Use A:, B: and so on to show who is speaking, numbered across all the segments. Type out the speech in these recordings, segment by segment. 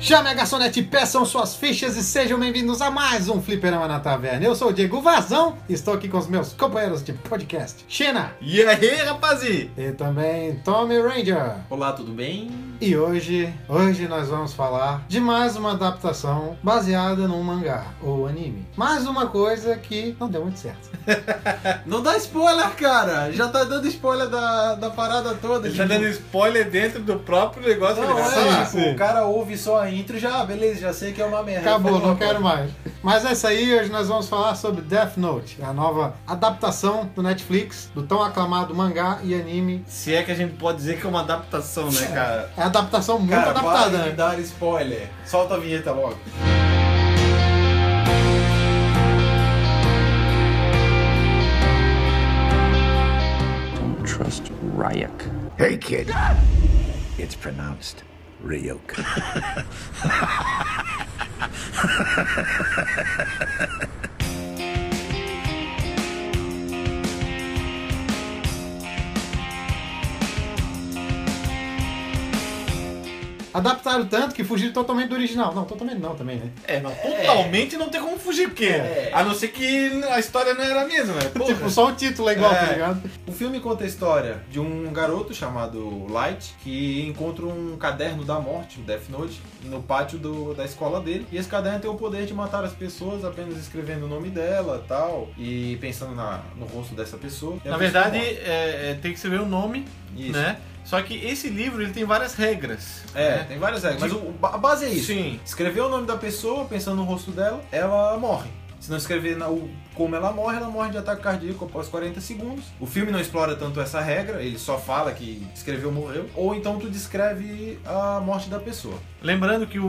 A: Chame a garçonete, peçam suas fichas e sejam bem-vindos a mais um Fliperama na Taverna. Eu sou o Diego Vazão e estou aqui com os meus companheiros de podcast, Xena
B: E aí, rapazi?
A: e também Tommy Ranger.
B: Olá, tudo bem?
A: E hoje, hoje nós vamos falar de mais uma adaptação baseada num mangá ou anime. Mais uma coisa que não deu muito certo.
B: Não dá spoiler, cara! Já tá dando spoiler da, da parada toda.
C: Ele tá
B: tipo.
C: dando né? spoiler dentro do próprio negócio
B: Não,
C: que ele
A: Sim,
B: é,
C: vai
B: tipo,
C: falar.
B: o cara ouve só a intro e já, beleza, já sei que é uma merda.
A: Acabou,
B: Falei,
A: não quero mais. Mas essa aí, hoje nós vamos falar sobre Death Note, a nova adaptação do Netflix do tão aclamado mangá e anime.
C: Se é que a gente pode dizer que é uma adaptação, né, cara?
A: É adaptação muito
B: Cara,
A: adaptada,
B: para de
A: né?
B: dar spoiler. Solta a vinheta logo.
D: trust Ryak.
E: Hey, kid. It's pronounced Ryuk.
A: Adaptaram tanto que fugiram totalmente do original. Não, totalmente não também, né?
C: É, mas totalmente não tem como fugir, porque
B: É.
C: a não ser que a história não era a mesma, né? Porra.
A: Tipo, só o título é igual,
B: É.
A: tá ligado?
B: O filme conta a história de um garoto chamado Light que encontra um caderno da morte, o Death Note, no pátio do- da escola dele. E esse caderno tem o poder de matar as pessoas apenas escrevendo o nome dela tal, e pensando na- no rosto dessa pessoa. E a
C: Na
B: pessoa
C: verdade,
B: morre.
C: é, é, tem que escrever o nome,
B: Isso.
C: né? Só que esse livro, ele tem várias regras.
B: É,
C: né?
B: tem várias regras, mas o- o ba- a base é isso.
C: Sim.
B: Escrever o nome da pessoa, pensando no rosto dela, ela morre. Se não escrever na- o, como ela morre, ela morre de ataque cardíaco após 40 segundos. O filme não explora tanto essa regra, ele só fala que escreveu morreu. Ou então tu descreve a morte da pessoa.
C: Lembrando que o,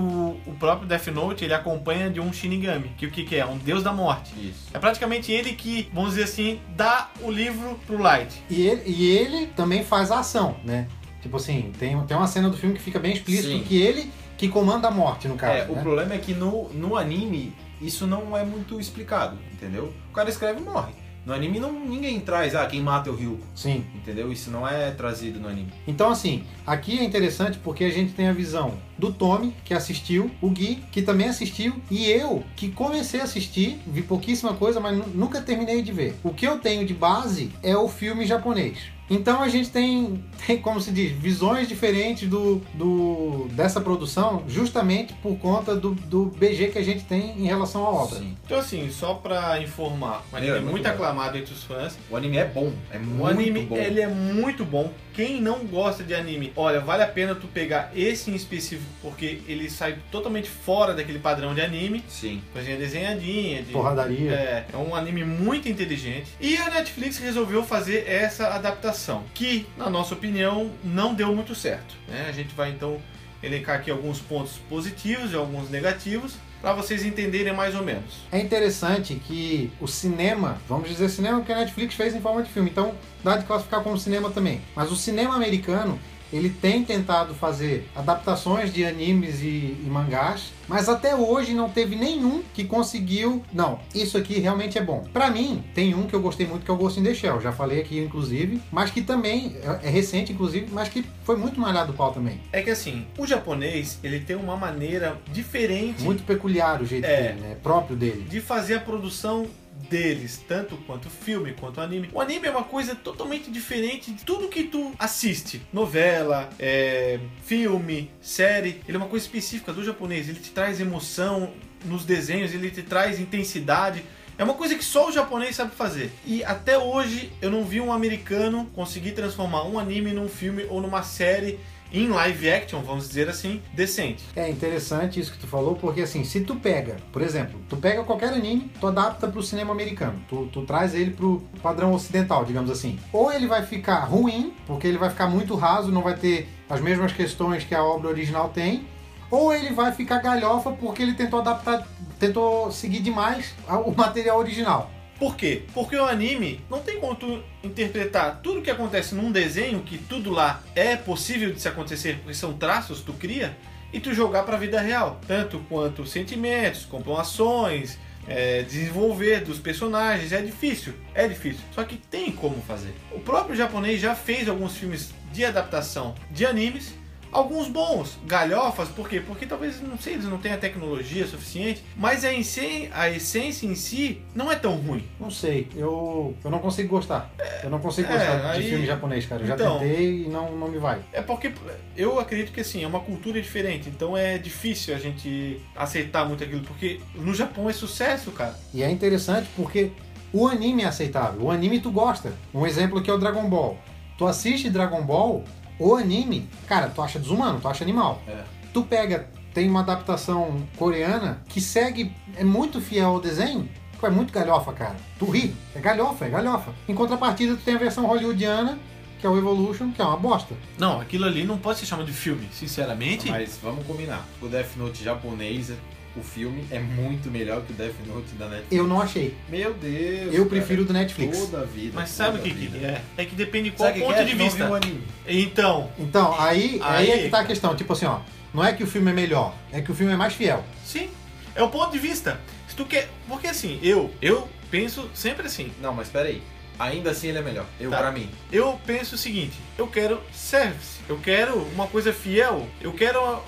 C: o próprio Death Note, ele acompanha de um Shinigami. Que o que que é? Um deus da morte.
B: Isso.
C: É praticamente ele que, vamos dizer assim, dá o livro pro Light.
A: E ele, e ele também faz a ação, né? Tipo assim, tem, tem uma cena do filme que fica bem explícito
B: Sim.
A: que ele que comanda a morte, no caso.
B: é, o
A: né?
B: problema é que no, no anime isso não é muito explicado, entendeu? O cara escreve e morre. No anime não, ninguém traz, ah, quem mata é o Ryuko,
A: Sim.
B: entendeu? Isso não é trazido no anime.
A: Então, assim, aqui é interessante porque a gente tem a visão do Tommy, que assistiu, o Gui, que também assistiu, e eu, que comecei a assistir, vi pouquíssima coisa, mas nu- nunca terminei de ver. O que eu tenho de base é o filme japonês. Então a gente tem, tem como se diz, visões diferentes do, do- dessa produção, justamente por conta do, do BG que a gente tem em relação à obra.
B: Sim.
C: Então assim, só pra informar, o anime
B: É,
C: é,
B: muito
C: muito
B: bom.
C: aclamado entre os fãs.
B: O anime é bom, é muito
C: o anime,
B: bom.
C: ele é muito bom. Quem não gosta de anime, olha, vale a pena tu pegar esse em específico, porque ele sai totalmente fora daquele padrão de anime.
B: Sim.
C: Coisinha desenhadinha, de...
A: Porradaria.
C: É, é um anime muito inteligente. E a Netflix resolveu fazer essa adaptação, que, na nossa opinião, não deu muito certo. né? A gente vai então elencar aqui alguns pontos positivos e alguns negativos, pra vocês entenderem mais ou menos.
A: É interessante que o cinema, vamos dizer cinema que a Netflix fez em forma de filme, então dá de classificar como cinema também. Mas o cinema americano, ele tem tentado fazer adaptações de animes e, e mangás, mas até hoje não teve nenhum que conseguiu, não, isso aqui realmente é bom. Pra mim, tem um que eu gostei muito que é o Ghost in the Shell, já falei aqui inclusive, mas que também é, é recente inclusive, mas que foi muito malhado o pau também.
C: É que assim, o japonês, ele tem uma maneira diferente
A: Muito peculiar o jeito
C: É.
A: dele, né? Próprio dele.
C: de fazer a produção deles, tanto quanto filme quanto anime. O anime é uma coisa totalmente diferente de tudo que tu assiste. Novela, é, filme, série. Ele é uma coisa específica do japonês. Ele te traz emoção nos desenhos, ele te traz intensidade. É uma coisa que só o japonês sabe fazer. E até hoje eu não vi um americano conseguir transformar um anime num filme ou numa série em live action, vamos dizer assim, decente.
A: É interessante isso que tu falou, porque assim, se tu pega, por exemplo, tu pega qualquer anime, tu adapta pro cinema americano, tu, tu traz ele pro padrão ocidental, digamos assim. Ou ele vai ficar ruim, porque ele vai ficar muito raso, não vai ter as mesmas questões que a obra original tem, ou ele vai ficar galhofa porque ele tentou adaptar, tentou seguir demais a- o material original.
C: Por quê? Porque o anime não tem como tu interpretar tudo que acontece num desenho, que tudo lá é possível de se acontecer, porque são traços que tu cria, e tu jogar pra vida real. Tanto quanto sentimentos, comprovações, é, desenvolver dos personagens, é difícil, é difícil. Só que tem como fazer. O próprio japonês já fez alguns filmes de adaptação de animes, Alguns bons, galhofas, por quê? Porque talvez, não sei, eles não tenham a tecnologia suficiente, mas a, esse- a essência em si não é tão ruim.
A: Não sei, eu, eu não consigo gostar. Eu não consigo
C: É,
A: gostar de
C: aí-
A: filme japonês, cara. Eu já
C: Então.
A: tentei e não, não me vai.
C: É porque eu acredito que assim, é uma cultura diferente, então é difícil a gente aceitar muito aquilo, porque no Japão é sucesso, cara.
A: E é interessante porque o anime é aceitável. O anime tu gosta. Um exemplo aqui é o Dragon Ball. Tu assiste Dragon Ball, o anime, cara, tu acha desumano, tu acha animal.
B: É.
A: Tu pega, tem uma adaptação coreana que segue, é muito fiel ao desenho. Pô, É muito galhofa, cara. Tu ri, é galhofa, é galhofa. Em contrapartida, tu tem a versão hollywoodiana, que é o Evolution, que é uma bosta.
C: Não, aquilo ali não pode ser chamado de filme, sinceramente.
B: Mas vamos combinar. O Death Note japonês, o filme, é muito melhor que o Death Note da Netflix.
A: Eu não achei.
B: Meu Deus.
A: Eu
B: cara,
A: prefiro o do Netflix.
B: Toda a vida.
C: Mas sabe o
B: toda
C: que,
B: a vida.
C: que é? É que depende de qual
B: Sabe o que
C: ponto
B: que é?
C: de
B: Não
C: vista.
B: viu o anime.
C: Então,
A: Então, aí, aí,
C: Aí-
A: é que tá a questão. Tipo assim, ó. Não é que o filme é melhor, é que o filme é mais fiel.
C: sim, é o ponto de vista. Se tu quer, porque assim, eu, eu penso sempre assim.
B: Não, mas peraí. Ainda assim ele é melhor. Eu,
C: Tá.
B: pra mim.
C: Eu penso o seguinte, eu quero service, eu quero uma coisa fiel, eu quero uma,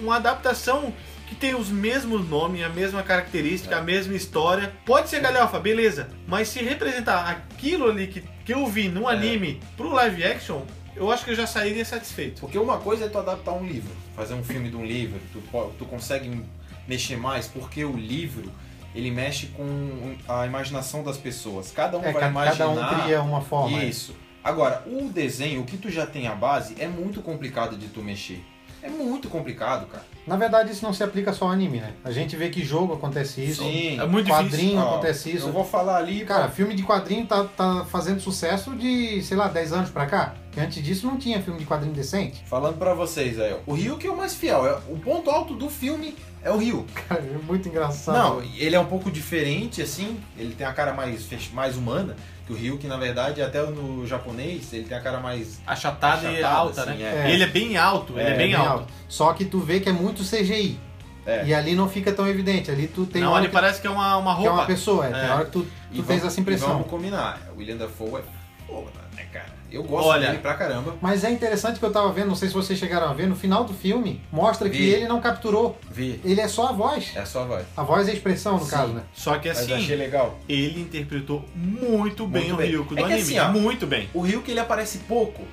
C: uma adaptação que tenha os mesmos nomes, a mesma característica, a mesma história. Pode ser galhofa, beleza, mas se representar aquilo ali que, que eu vi num
B: É.
C: anime pro live action, eu acho que eu já sairia satisfeito.
B: Porque uma coisa é tu adaptar um livro, fazer um filme de um livro, tu, po- tu consegue mexer mais, porque o livro ele mexe com a imaginação das pessoas. Cada um
A: É,
B: vai
A: ca-
B: imaginar.
A: cada um cria uma forma.
B: Isso. Agora, o desenho, o que tu já tem a base, é muito complicado de tu mexer. É muito complicado, cara.
A: Na verdade, isso não se aplica só ao anime, né? A gente vê que jogo acontece isso,
B: Sim.
C: É muito difícil.
A: quadrinho
B: Ó,
A: acontece isso.
B: Eu vou falar ali,
A: Cara, filme de quadrinho tá, tá fazendo sucesso de, sei lá, 10 anos pra cá. Que antes disso não tinha filme de quadrinho decente.
B: falando pra vocês aí, ó. O Rio que é o mais fiel. é- o ponto alto do filme é o Rio.
A: Cara, é muito engraçado.
B: Não, ele é um pouco diferente, assim, ele tem a cara mais, fech- mais humana, que o Ryuki, na verdade, até no japonês, ele tem a cara mais
C: Achatada, e
B: achatada,
C: alta,
B: assim,
C: né?
A: É.
C: Ele é bem alto, ele é
B: É,
C: bem,
A: bem
C: alto.
A: Só que tu vê que é muito CGI.
B: É.
A: E ali não fica tão evidente. Ali tu tem
C: Não,
A: hora
C: ele
A: que,
C: parece que é uma, uma
A: que é
C: roupa.
A: uma pessoa. É. Tem
B: É.
A: hora que tu,
B: E
A: tu
B: vamos-
A: tens essa
B: e
A: impressão.
B: vamos combinar, o William Dafoe é foda, né, cara? Eu gosto
C: Olha.
B: dele pra caramba.
A: Mas é interessante que eu tava vendo, não sei se vocês chegaram a ver, no final do filme, mostra que
B: Vi.
A: ele não capturou.
B: Vê,
A: Ele é só a voz.
B: é só a voz.
A: A voz é a expressão, no
B: Sim.
A: caso, né?
C: Só que
B: Mas
C: assim,
B: achei legal.
C: ele interpretou muito bem
B: Muito
C: o
B: bem.
C: Ryuko do
B: É que
C: anime.
B: assim, ó,
C: muito bem.
B: O Ryuki, ele aparece pouco.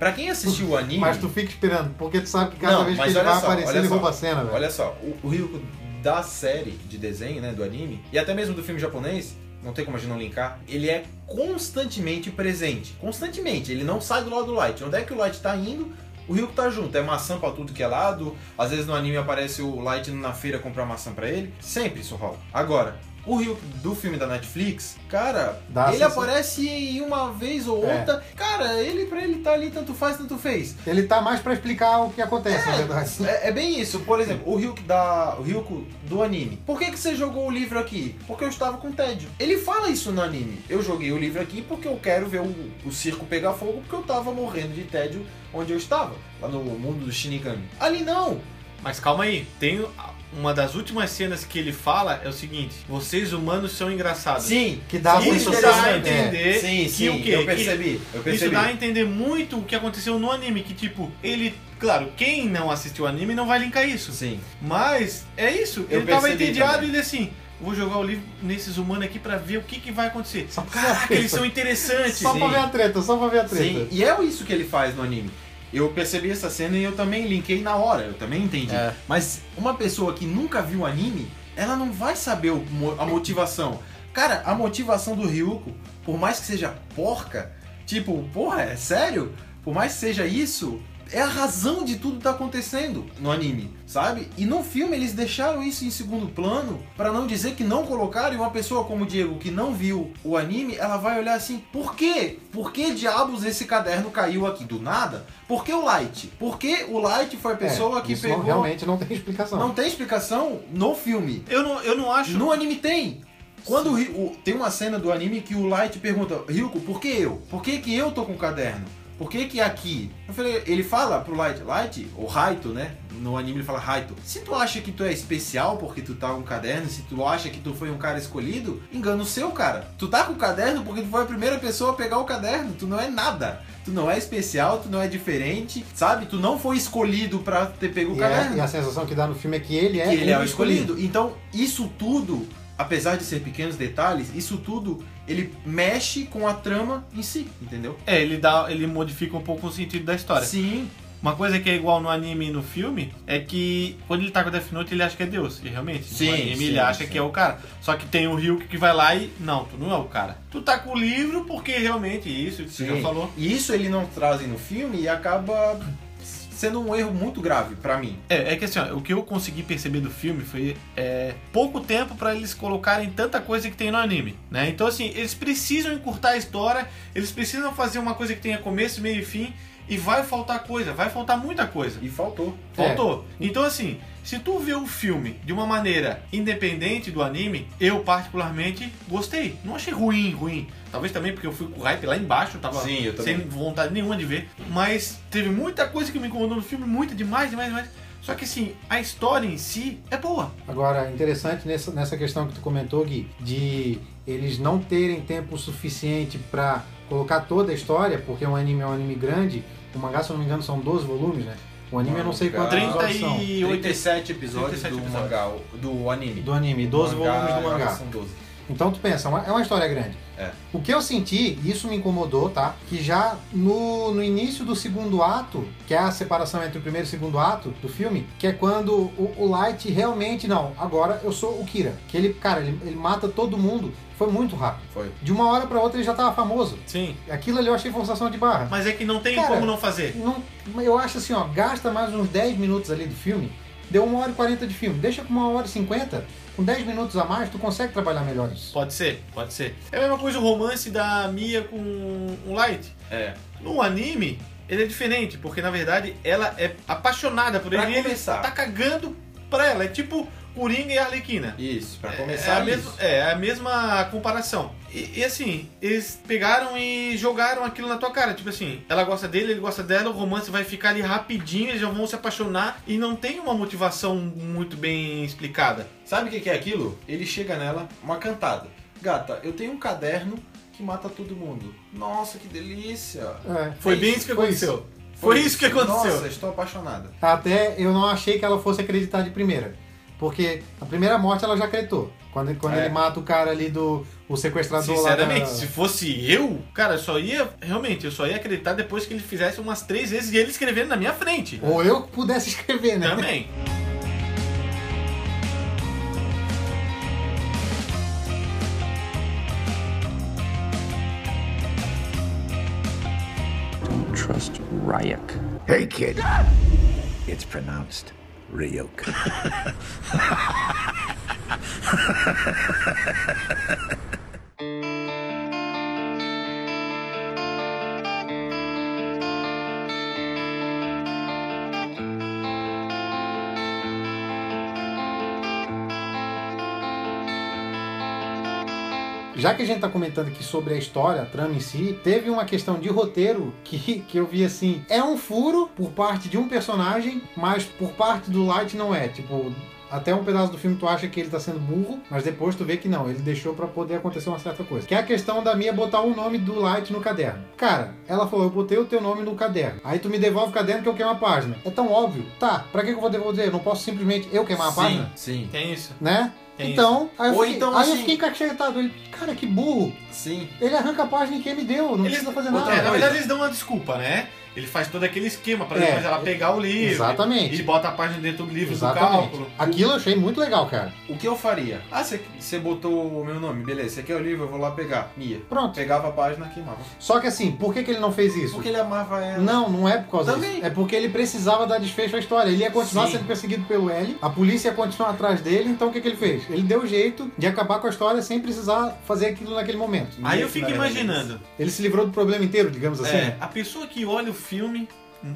B: Pra quem assistiu o anime...
A: Mas tu fica esperando, porque tu sabe que cada
B: Não,
A: vez que
B: mas
A: ele
B: olha
A: vai
B: só,
A: aparecer,
B: olha
A: ele
B: só.
A: rouba a cena, velho.
B: Olha só, o, o Ryuko da série de desenho, né, do anime, e até mesmo do filme japonês, não tem como a gente não linkar, ele é constantemente presente. Constantemente, ele não sai do lado do Light. Onde é que o Light tá indo, o Ryuko tá junto. É maçã pra tudo que é lado, às vezes no anime aparece o Light indo na feira comprar maçã pra ele. Sempre isso rola. Agora, o Ryuko do filme da Netflix, cara,
A: Dá a
B: ele
A: sensação-
B: aparece em uma vez ou
A: É.
B: outra. Cara, ele pra ele tá ali, tanto faz, tanto fez.
A: Ele tá mais pra explicar o que acontece, na verdade.
B: É, é bem isso, por exemplo, o Ryuko da. O Ryuko do anime. Por que, que você jogou o livro aqui? Porque eu estava com tédio. Ele fala isso no anime. Eu joguei o livro aqui porque eu quero ver o, o circo pegar fogo, porque eu tava morrendo de tédio onde eu estava, lá no mundo do Shinigami. Ali não!
C: Mas calma aí, tem uma das últimas cenas que ele fala é o seguinte: vocês humanos são engraçados.
B: Sim!
A: Que dá
B: muito
C: isso dá a
B: interessante.
C: entender
B: Sim,
C: que
B: sim,
C: o quê?
B: eu percebi, eu
C: Que-
B: percebi.
C: Isso dá a entender muito o que aconteceu no anime, que tipo, ele, claro, quem não assistiu o anime não vai linkar isso.
B: Sim.
C: Mas é isso,
B: Eu
C: ele tava
B: percebi
C: entediado
B: também.
C: e ele assim, vou jogar o livro nesses humanos aqui pra ver o que, que vai acontecer.
A: Só pra ver a
C: Caraca,
A: treta.
C: eles são interessantes.
A: Só pra
B: sim.
A: ver a treta, só pra ver a
B: Sim,
A: treta.
B: e é isso que ele faz no anime. Eu percebi essa cena e eu também linkei na hora, eu também entendi.
C: É.
B: Mas uma pessoa que nunca viu anime, ela não vai saber o mo- a motivação. Cara, a motivação do Ryuko, por mais que seja porca, tipo, porra, é sério? Por mais que seja isso, é a razão de tudo que tá acontecendo no anime, sabe? E no filme eles deixaram isso em segundo plano, pra não dizer que não colocaram, e uma pessoa como o Diego que não viu o anime, ela vai olhar assim, por quê? Por que diabos esse caderno caiu aqui do nada? Por que o Light? Por que o Light foi a pessoa
A: É,
B: que
A: isso não-
B: pegou...
A: realmente não tem explicação.
B: Não tem explicação no filme.
C: Eu não, eu não acho.
B: No anime tem. Quando o Ry- o- tem uma cena do anime que o Light pergunta, Ryuko, por que eu? Por que, que eu tô com o caderno? Por que que é aqui? Eu falei, ele fala pro Light, Light, ou Raito, né? No anime ele fala Raito. Se tu acha que tu é especial porque tu tá com um caderno, se tu acha que tu foi um cara escolhido, engano seu, cara. Tu tá com o caderno porque tu foi a primeira pessoa a pegar o caderno, tu não é nada. Tu não é especial, tu não é diferente, sabe? Tu não foi escolhido pra ter pego o
A: E,
B: caderno
A: é- e a sensação que dá no filme é que ele é,
B: que ele é
A: um
B: o escolhido. Então, isso tudo, apesar de ser pequenos detalhes, isso tudo ele mexe com a trama em si, entendeu?
C: É, ele, dá, ele modifica um pouco o sentido da história.
B: Sim,
C: Uma coisa que é igual no anime e no filme é que quando ele tá com o Death Note, ele acha que é Deus. E realmente,
B: Sim,
C: no anime
B: sim,
C: ele acha
B: sim.
C: que é o cara. Só que tem o Ryuk que vai lá e. Não, tu não é o cara. Tu tá com o livro porque realmente isso, que você já
B: sim.
C: falou.
B: E isso ele não trazem no filme e acaba sendo um erro muito grave pra mim.
C: É, é que assim, ó, o que eu consegui perceber do filme foi é, pouco tempo pra eles colocarem tanta coisa que tem no anime, né? Então assim, eles precisam encurtar a história, eles precisam fazer uma coisa que tenha começo, meio e fim, e vai faltar coisa, vai faltar muita coisa.
B: E faltou.
C: Faltou. Então, assim, se tu vê o filme de uma maneira independente do anime, eu particularmente gostei. Não achei ruim, ruim. Talvez também porque eu fui com o hype lá embaixo, eu tava
B: Sim, eu também.
C: sem vontade nenhuma de ver. Mas teve muita coisa que me incomodou no filme, muita demais, demais, demais. Só que assim, a história em si é boa.
A: Agora, interessante nessa, nessa questão que tu comentou, Gui, de eles não terem tempo suficiente pra colocar toda a história, porque um anime é um anime grande, o mangá, se eu não me engano, são 12 volumes, né? O anime eu não sei
B: Mangá.
A: quantos episódios são
C: 38.
B: 37 episódios
C: 37
B: do
C: episódios.
B: mangá, do anime.
A: do anime, 12
B: O mangá,
A: volumes do
B: eu acho
A: mangá.
B: que São 12.
A: Então tu pensa, é uma- é uma história grande.
B: É.
A: O que eu senti, e isso me incomodou, tá? Que já no, no início do segundo ato, que é a separação entre o primeiro e o segundo ato do filme, que é quando o, o Light realmente, não, agora eu sou o Kira. Que ele, cara, ele, ele mata todo mundo. Foi muito rápido.
B: Foi.
A: De uma hora pra outra ele já tava famoso.
C: Sim.
A: Aquilo ali eu achei forçação de barra.
C: Mas é que não tem
A: Cara,
C: como não fazer.
A: Não- eu acho assim, ó, gasta mais uns 10 minutos ali do filme, deu uma hora e 40 de filme. Deixa com uma hora e 50, com 10 minutos a mais, tu consegue trabalhar melhor isso.
C: Pode ser, pode ser. É a mesma coisa o romance da Mia com o Light.
B: É.
C: No anime, ele é diferente, porque na verdade ela é apaixonada por
B: Pra
C: ele e ele
B: começar.
C: tá cagando pra ela. É tipo Coringa e Arlequina.
B: Isso, pra
C: é,
B: começar
C: a mesma,
B: isso.
C: é a mesma comparação. E, e, assim, eles pegaram e jogaram aquilo na tua cara. Tipo assim, ela gosta dele, ele gosta dela, o romance vai ficar ali rapidinho, eles já vão se apaixonar e não tem uma motivação muito bem explicada.
B: Sabe o que, que é aquilo? Ele chega nela, uma cantada. Gata, eu tenho um caderno que mata todo mundo. Nossa, que delícia!
A: É.
C: Foi
B: Foi
C: bem
B: isso,
C: isso que
A: foi
C: aconteceu. Foi isso que aconteceu.
B: Nossa, estou apaixonada.
A: Até eu não achei que ela fosse acreditar de primeira. Porque a primeira morte ela já acreditou. Quando, quando
B: É.
A: ele mata o cara ali do. O sequestrador
C: Sinceramente,
A: lá. da-
C: se fosse eu, cara, eu só ia. Realmente, eu só ia acreditar depois que ele fizesse umas três vezes e ele escrevendo na minha frente.
A: Ou eu que pudesse escrever, né?
C: Também.
E: Trust Ryuk. Hey, kid. It's pronounced Ryuk.
A: Já que a gente tá comentando aqui sobre a história, a trama em si, teve uma questão de roteiro que, que eu vi assim. É um furo por parte de um personagem, mas por parte do Light não é. Tipo. Até um pedaço do filme tu acha que ele tá sendo burro, mas depois tu vê que não, ele deixou pra poder acontecer uma certa coisa. Que é a questão da Mia botar o nome do Light no caderno. Cara, ela falou, eu botei o teu nome no caderno. Aí tu me devolve o caderno que eu queimo a página. É tão óbvio. Tá, pra que que eu vou devolver? Eu não posso simplesmente eu queimar a página?
B: Sim, sim,
C: Tem isso.
A: Né?
C: Tem
A: então, aí, eu
B: É Ou
A: fiquei,
B: então,
A: aí eu
B: assim-
A: fiquei cachetado. Ele, cara, que burro.
B: sim.
A: Ele arranca a página que ele deu, não
C: Eles-
A: precisa fazer
C: isso.
A: nada.
C: É, na
B: coisa.
C: verdade, eles dão uma desculpa, né? Ele faz todo aquele esquema pra
A: É,
C: depois ela pegar o livro.
A: exatamente.
C: E bota a página dentro do livro
A: Exatamente.
C: do cálculo.
A: Aquilo eu achei muito legal, cara.
B: O que eu faria? Ah, você- você botou o meu nome, beleza. Você quer o livro? Eu vou lá pegar. Mia.
A: Pronto.
B: Pegava a página e queimava.
A: Só que assim, por que, que ele não fez isso?
B: Porque ele amava ela.
A: Não, não é por causa
B: Também.
A: disso. É porque ele precisava dar desfecho à história. Ele ia continuar
C: Sim.
A: sendo perseguido pelo L, a polícia ia continuar atrás dele, então o que, que ele fez? Ele deu jeito de acabar com a história sem precisar fazer aquilo naquele momento.
C: Aí eu
B: Isso,
C: fico
B: na verdade,
C: imaginando.
B: É.
A: Ele se livrou do problema inteiro, digamos assim.
C: É, a pessoa que olha o filme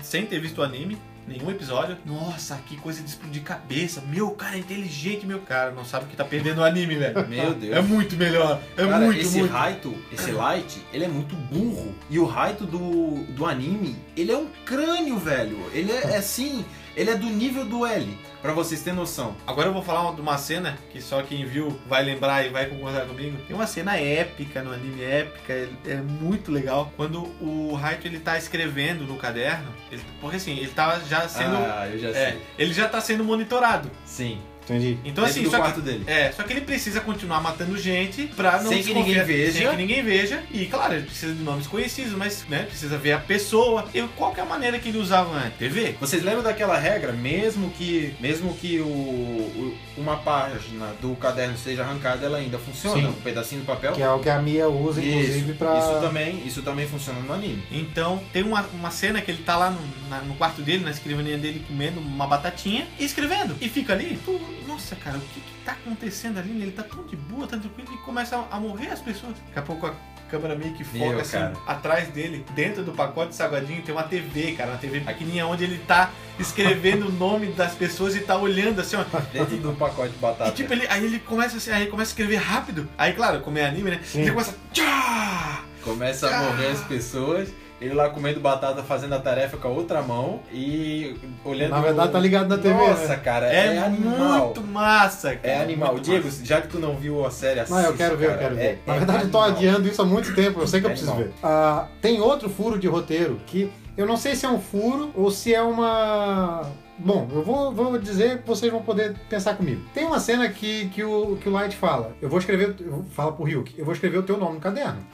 C: sem ter visto o anime, nenhum episódio. Nossa, que coisa de explodir cabeça. Meu cara é inteligente, meu cara. Não sabe o que tá perdendo o anime, velho.
B: Meu Deus.
C: É muito melhor. É
B: Cara,
C: muito,
B: esse
C: muito.
B: Raito, esse Light, ele é muito burro. E o Raito do, do anime, ele é um crânio, velho. Ele é, é assim, ele é do nível do L, pra vocês terem noção.
C: Agora eu vou falar uma- de uma cena que só quem viu vai lembrar e vai concordar comigo. Tem uma cena épica no anime, épica, é, é muito legal. Quando o Raito ele tá escrevendo no caderno, ele- porque assim, ele tá já sendo.
B: Ah, eu já
C: é,
B: sei.
C: ele já tá sendo monitorado.
B: Sim.
A: Entendi.
C: Então assim,
B: Dentro do
C: só que-
B: quarto dele.
C: É, só que ele precisa continuar matando gente pra não
B: Sem que
C: desconfiar-
B: ninguém veja.
C: Sem que ninguém veja. E claro, ele precisa de nomes conhecidos, mas né, precisa ver a pessoa. E qual que é a maneira que ele usava antes? TV?
B: Vocês lembram daquela regra? Mesmo que, mesmo que o, o- uma página do caderno seja arrancada, ela ainda funciona.
C: Sim.
B: Um pedacinho de papel.
A: Que é o que a Mia usa, inclusive,
B: isso,
A: pra.
B: isso também, isso também funciona no anime.
C: Então tem uma, uma cena que ele tá lá no, na- no quarto dele, na escrivaninha dele, comendo uma batatinha e escrevendo. E fica ali, tu, nossa cara, o que que tá acontecendo ali? Ele tá tão de boa, tão tranquilo, e começa a, a morrer as pessoas. Daqui a pouco a câmera meio que foca
B: Meu,
C: assim,
B: cara.
C: atrás dele, dentro do pacote de salgadinho, tem uma TV, cara, uma TV pequenininha onde ele tá escrevendo o nome das pessoas e tá olhando assim, ó.
B: Dentro do pacote de
C: E
B: batata.
C: tipo, ele, aí ele começa assim, aí ele começa a escrever rápido. Aí, claro, como é anime, né?
A: Sim.
C: Ele começa. Tchá!
B: Começa a morrer as pessoas, ele lá comendo batata, fazendo a tarefa com a outra mão e olhando.
A: Na verdade, tá ligado na TV.
B: Nossa,
A: né?
B: cara,
C: É,
B: é, animal.
C: muito massa, cara.
B: É animal.
C: Muito
B: Diego,
C: massa.
B: já que tu não viu a série É assim.
A: Não, eu quero ver, eu quero ver. Na verdade, eu tô adiando isso há muito tempo, eu sei que eu
B: É
A: preciso
B: animal.
A: ver. Ah, tem outro furo de roteiro que eu não sei se é um furo ou se é uma. Bom, eu vou, vou dizer, vocês vão poder pensar comigo. Tem uma cena que, que, o, que o Light fala: Eu vou escrever. eu- Fala pro Ryuk, eu vou escrever o teu nome no caderno.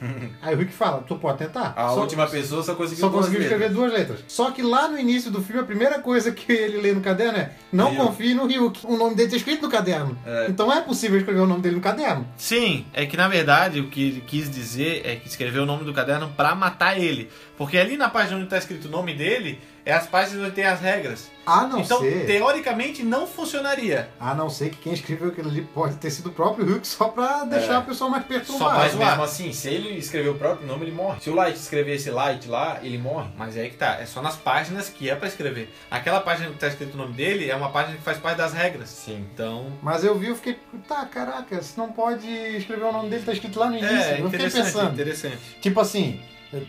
A: Aí o Ryuk fala: Tu pode tentar.
B: A
A: Só-
B: última pessoa só conseguiu
A: Só
B: duas
A: conseguiu escrever
B: letras.
A: duas letras. Só que lá no início do filme, a primeira coisa que ele lê no caderno é não
B: Ryuk.
A: confie no Ryuk. O nome dele tá escrito no caderno. Então é possível escrever o nome dele no caderno.
C: Sim, é que na verdade o que ele quis dizer é que escreveu o nome do caderno pra matar ele. Porque ali na página onde tá escrito o nome dele, é as páginas onde tem as regras.
A: A não
C: então,
A: ser.
C: teoricamente, não funcionaria.
A: A não ser que quem escreveu aquilo ali pode ter sido o próprio Hulk só
C: É.
A: pra deixar a pessoa mais perturbada.
B: Mas
C: Mas,
B: mesmo
C: ué.
B: assim, se ele escrever o próprio nome, ele morre. Se o Light escrever esse Light lá, ele morre.
C: Mas é aí que tá, é só nas páginas que é pra escrever. Aquela página que tá escrito o nome dele é uma página que faz parte das regras.
B: Sim.
C: Então,
A: Mas eu vi e fiquei, tá, caraca, se não pode escrever o nome dele, tá escrito lá no início.
C: é
A: eu fiquei
C: interessante,
A: pensando.
C: interessante.
A: Tipo assim,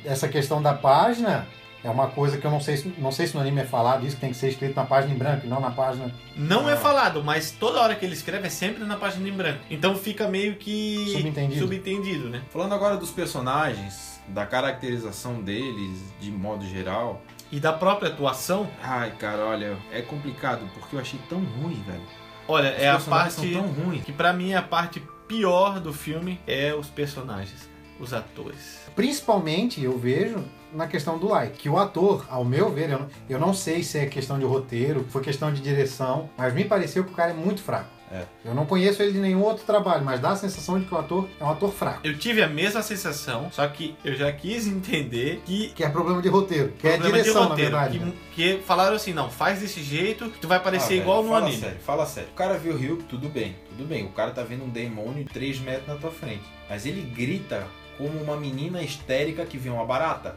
A: essa questão da página é uma coisa que eu não sei, se- não sei se no anime é falado isso, que tem que ser escrito na página em branco e não na página
C: Não
B: Ah.
C: é falado, mas toda hora que ele escreve é sempre na página em branco. Então fica meio que
A: Subentendido.
C: subentendido, né?
B: Falando agora dos personagens, da caracterização deles, de modo geral,
C: E da própria atuação,
B: Ai, cara, olha, é complicado porque eu achei tão ruim, velho.
C: olha,
B: Os
C: é a
B: personagens
C: parte
B: são tão ruins.
C: que pra mim é a parte pior do filme é os personagens, os atores.
A: Principalmente, eu vejo na questão do like, que o ator, ao meu ver, eu não, eu não sei se é questão de roteiro, foi questão de direção, mas me pareceu que o cara é muito fraco.
B: É.
A: Eu não conheço ele de nenhum outro trabalho, mas dá a sensação de que o ator é um ator fraco.
C: Eu tive a mesma sensação, só que eu já quis entender que
A: Que é problema de roteiro, que
C: problema
A: é direção,
C: de roteiro,
A: na verdade.
C: que,
A: né?
C: que falaram assim, não, faz desse jeito, que tu vai
B: Ah,
C: parecer
B: velho,
C: igual no
B: fala
C: anime.
B: Sério, fala sério. O cara viu o Rio, tudo bem, tudo bem. O cara tá vendo um demônio 3 metros na tua frente. Mas ele grita como uma menina histérica que vê uma barata.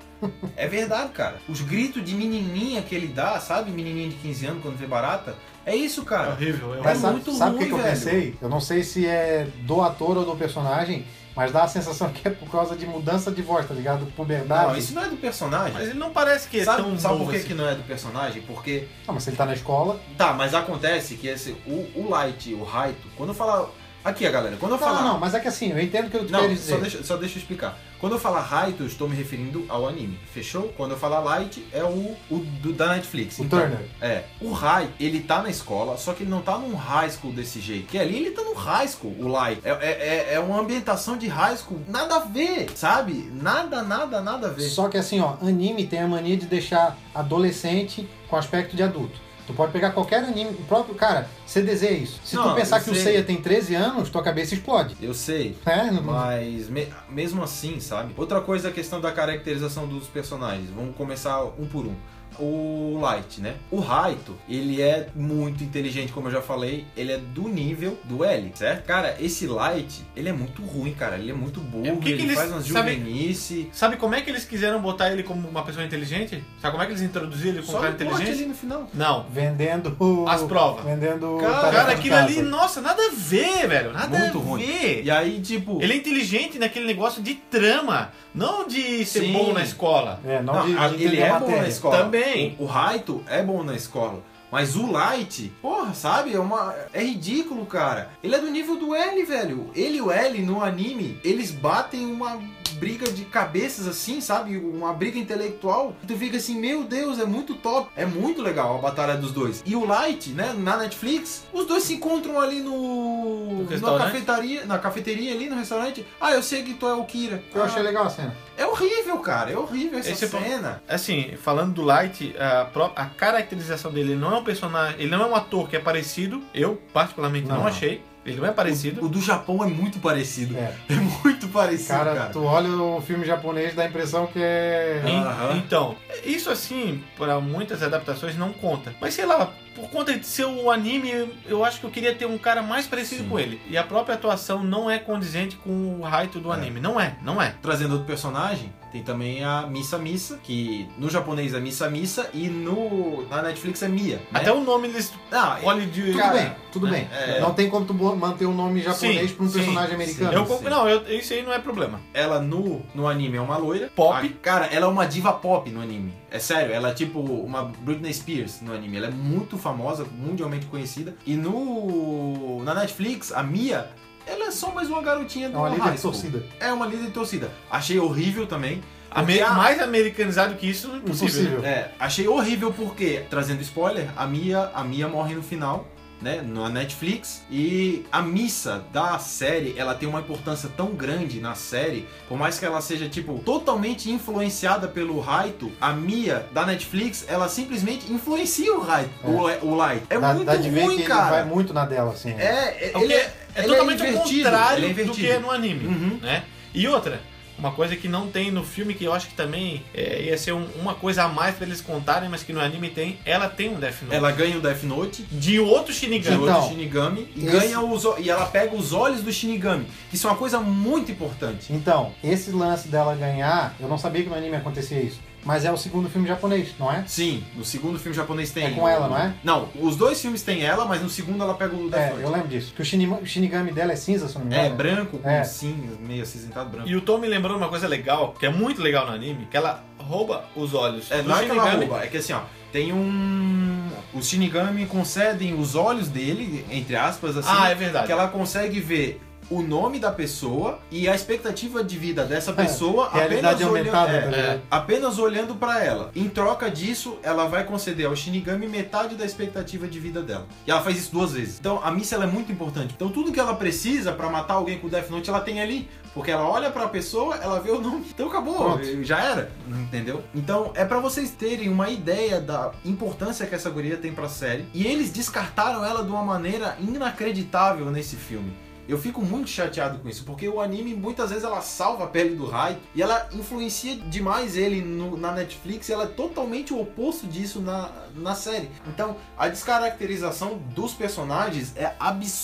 B: é verdade, cara. Os gritos de menininha que ele dá, sabe? Menininha de 15 anos quando vê barata. É isso,
C: É
B: cara.
C: horrível,
A: Mas
C: é horrível.
B: Essa-
A: sabe,
B: muito
A: sabe o que,
B: ruim,
A: que eu
B: velho.
A: pensei? Eu não sei se é do ator ou do personagem, mas dá a sensação que é por causa de mudança de voz, tá ligado? Puberdade.
B: Não, isso não é do personagem.
C: Mas ele não parece que é tão
B: sabe sabe
C: novo
B: por que,
C: assim.
B: que não é do personagem? Porque
A: Ah, mas se ele tá na escola,
B: Tá, mas acontece que esse, o, o Light, o Raito, quando eu falar. Aqui, galera, quando
A: não,
B: eu falar.
A: não, não, mas é que assim, eu entendo o que eu
B: Não,
A: quero dizer.
B: só, deixa, só deixa eu explicar. Quando eu falar Raito, eu estou me referindo ao anime, fechou? Quando eu falar Light, é o, o do- da Netflix.
A: O
B: então,
A: Turner.
B: É. O Rai, ele tá na escola, só que ele não tá num high school desse jeito. Que ali ele tá no high school, o Light. É, é, é, é uma ambientação de high school, nada a ver, sabe? Nada, nada, nada a ver.
A: Só que assim, ó, anime tem a mania de deixar adolescente com aspecto de adulto. Tu pode pegar qualquer anime, o próprio cara, CDZ é isso. Se
B: Não,
A: tu pensar
B: eu
A: que o
B: sei.
A: Seiya tem 13 anos, tua cabeça explode.
B: Eu sei.
A: É, não-
B: Mas me- mesmo assim, sabe? Outra coisa é a questão da caracterização dos personagens. Vamos começar um por um. o Light, né? O Raito, ele é muito inteligente, como eu já falei, ele é do nível do L, certo? Cara, esse Light, ele é muito ruim, cara, ele é muito burro,
C: É, o que que
B: ele
C: eles
B: faz umas
C: sabem-
B: juvenice.
C: Sabe como é que eles quiseram botar ele como uma pessoa inteligente? Sabe como é que eles introduziram ele como um
B: Só
C: cara
B: no plot ali
C: inteligente?
B: no final.
C: Não.
A: Vendendo. o-
C: As provas.
A: Vendendo.
B: Cara,
A: tarefa
C: Cara,
A: de
C: aquilo
A: casa.
C: ali, nossa, nada a ver, velho. Nada
B: Muito
C: a
B: ruim.
C: ver.
B: E aí, tipo...
C: Ele é inteligente naquele negócio de trama, não de ser
B: Sim.
C: bom na escola.
A: É, não,
B: Não,
A: de, de
B: a-
A: entender
B: ele é
A: a
B: bom na
A: matéria.
B: escola.
C: Também.
B: O, o Raito é bom na escola. Mas o Light, porra, sabe? É, uma, é ridículo, cara. Ele é do nível do L, velho. Ele e o L no anime, eles batem uma briga de cabeças assim, sabe? Uma briga intelectual. Tu fica assim, meu Deus, é muito top. É muito legal a batalha dos dois. E o Light, né, na Netflix, os dois se encontram ali no. na
C: restaurante?
B: cafeteria, na cafeteria ali no restaurante. Ah, eu sei que tu é o Kira.
A: Eu achei legal a cena.
B: É horrível, cara. É horrível essa
C: Esse é bom.
B: cena.
C: Assim, falando do Light, a, pró- a caracterização dele ele não é um personagem, ele não é um ator que é parecido. Eu particularmente não,
A: Não.
C: achei. Ele não é parecido.
B: O, o do Japão é muito parecido.
A: É.
B: É muito parecido, cara.
A: Cara, tu olha o filme japonês, dá a impressão que é.
C: En-
B: Aham.
C: Então, isso assim, para muitas adaptações não conta. Mas sei lá, por conta de ser o anime, eu- eu acho que eu queria ter um cara mais parecido
B: Sim.
C: com ele. E a própria atuação não é condizente com o raito do
B: É.
C: anime. Não é, não é.
B: Trazendo outro personagem, tem também a Missa Missa, que no japonês é Missa Missa e no na Netflix é Mia. né?
C: Até o nome eles
B: Ah, e-
C: olham de.
A: Tudo
B: cara,
A: bem, tudo bem.
B: é-
A: Não tem como tu bo- manter o nome japonês
C: Sim,
A: pra um
C: sim,
A: personagem
B: sim.
A: americano.
C: Eu
B: Sim.
C: compro. Não, eu- isso aí não é problema.
B: ela no, no anime é uma loira.
C: Pop.
B: A- cara, ela é uma diva pop no anime. É sério, ela é tipo uma Britney Spears no anime. Ela é muito famosa, mundialmente conhecida. E no na Netflix, a Mia, ela é só mais uma garotinha do
A: É uma líder
B: high
A: de
B: school.
A: torcida.
B: É uma líder de torcida. Achei horrível também.
C: Ame-
B: Porque a-
C: Mais americanizado que isso,
A: né?
C: impossível. né?
A: Impossível.
B: É, achei horrível porque, trazendo spoiler, a Mia, a Mia morre no final, né, na Netflix, e a missa da série, ela tem uma importância tão grande na série, por mais que ela seja, tipo, totalmente influenciada pelo Raito, a Mia da Netflix, ela simplesmente influencia o Raito, o, o Light. É
A: dá,
B: muito
A: dá de ver
B: ruim,
A: que ele
B: cara.
A: vai muito na dela, assim.
B: É, é,
C: É o
B: ele
C: que-
B: é,
C: É
B: ele
C: totalmente o
B: invertido,
C: contrário
B: ele é
C: do
B: invertido.
C: que é no anime.
B: Uhum.
C: né? E outra, uma coisa que não tem no filme, que eu acho que também é, ia ser um- uma coisa a mais pra eles contarem, mas que no anime tem, ela tem um Death Note.
B: Ela ganha o Death Note,
C: De outro
B: de
C: Shinigami.
A: Então,
B: outro Shinigami, e,
A: esse-
B: ganha os, o- e ela pega os olhos do Shinigami, que isso é uma coisa muito importante.
A: Então, esse lance dela ganhar, eu não sabia que no anime acontecia isso. Mas é o segundo filme japonês, não é?
B: Sim, no segundo filme japonês tem.
A: É com ela, não é?
B: Não, os dois filmes tem ela, mas no segundo ela pega o
A: É,
B: Death
A: eu
B: Note.
A: lembro disso. Que o Shinima- o Shinigami dela é cinza, se eu não me
B: É,
A: engano. né?
B: branco, com
A: É.
B: cinza, meio acinzentado branco.
C: E o Tom me lembrou uma coisa legal, que é muito legal no anime, que ela rouba os olhos
B: É,
C: do
B: não é que ela
C: Shinigami.
B: rouba, é que assim, ó, tem um. Os Shinigami concedem os olhos dele, entre aspas, assim.
C: Ah, é verdade.
B: que ela consegue ver o nome da pessoa e a expectativa de vida dessa pessoa apenas
A: É. Realidade aumentada,
B: olhando,
A: tá
B: é,
A: ligado?
B: apenas olhando pra ela. Em troca disso, ela vai conceder ao Shinigami metade da expectativa de vida dela. E ela faz isso duas vezes. Então, a missa ela é muito importante. Então, tudo que ela precisa pra matar alguém com Death Note, ela tem ali. Porque ela olha pra pessoa, ela vê o nome. Então acabou,
A: Pronto.
B: já era, entendeu? Então é pra vocês terem uma ideia da importância que essa guria tem pra série. E eles descartaram ela de uma maneira inacreditável nesse filme. Eu fico muito chateado com isso, porque o anime muitas vezes ela salva a pele do Rai e ela influencia demais ele no- na Netflix e ela é totalmente o oposto disso na, na série. Então a descaracterização dos personagens é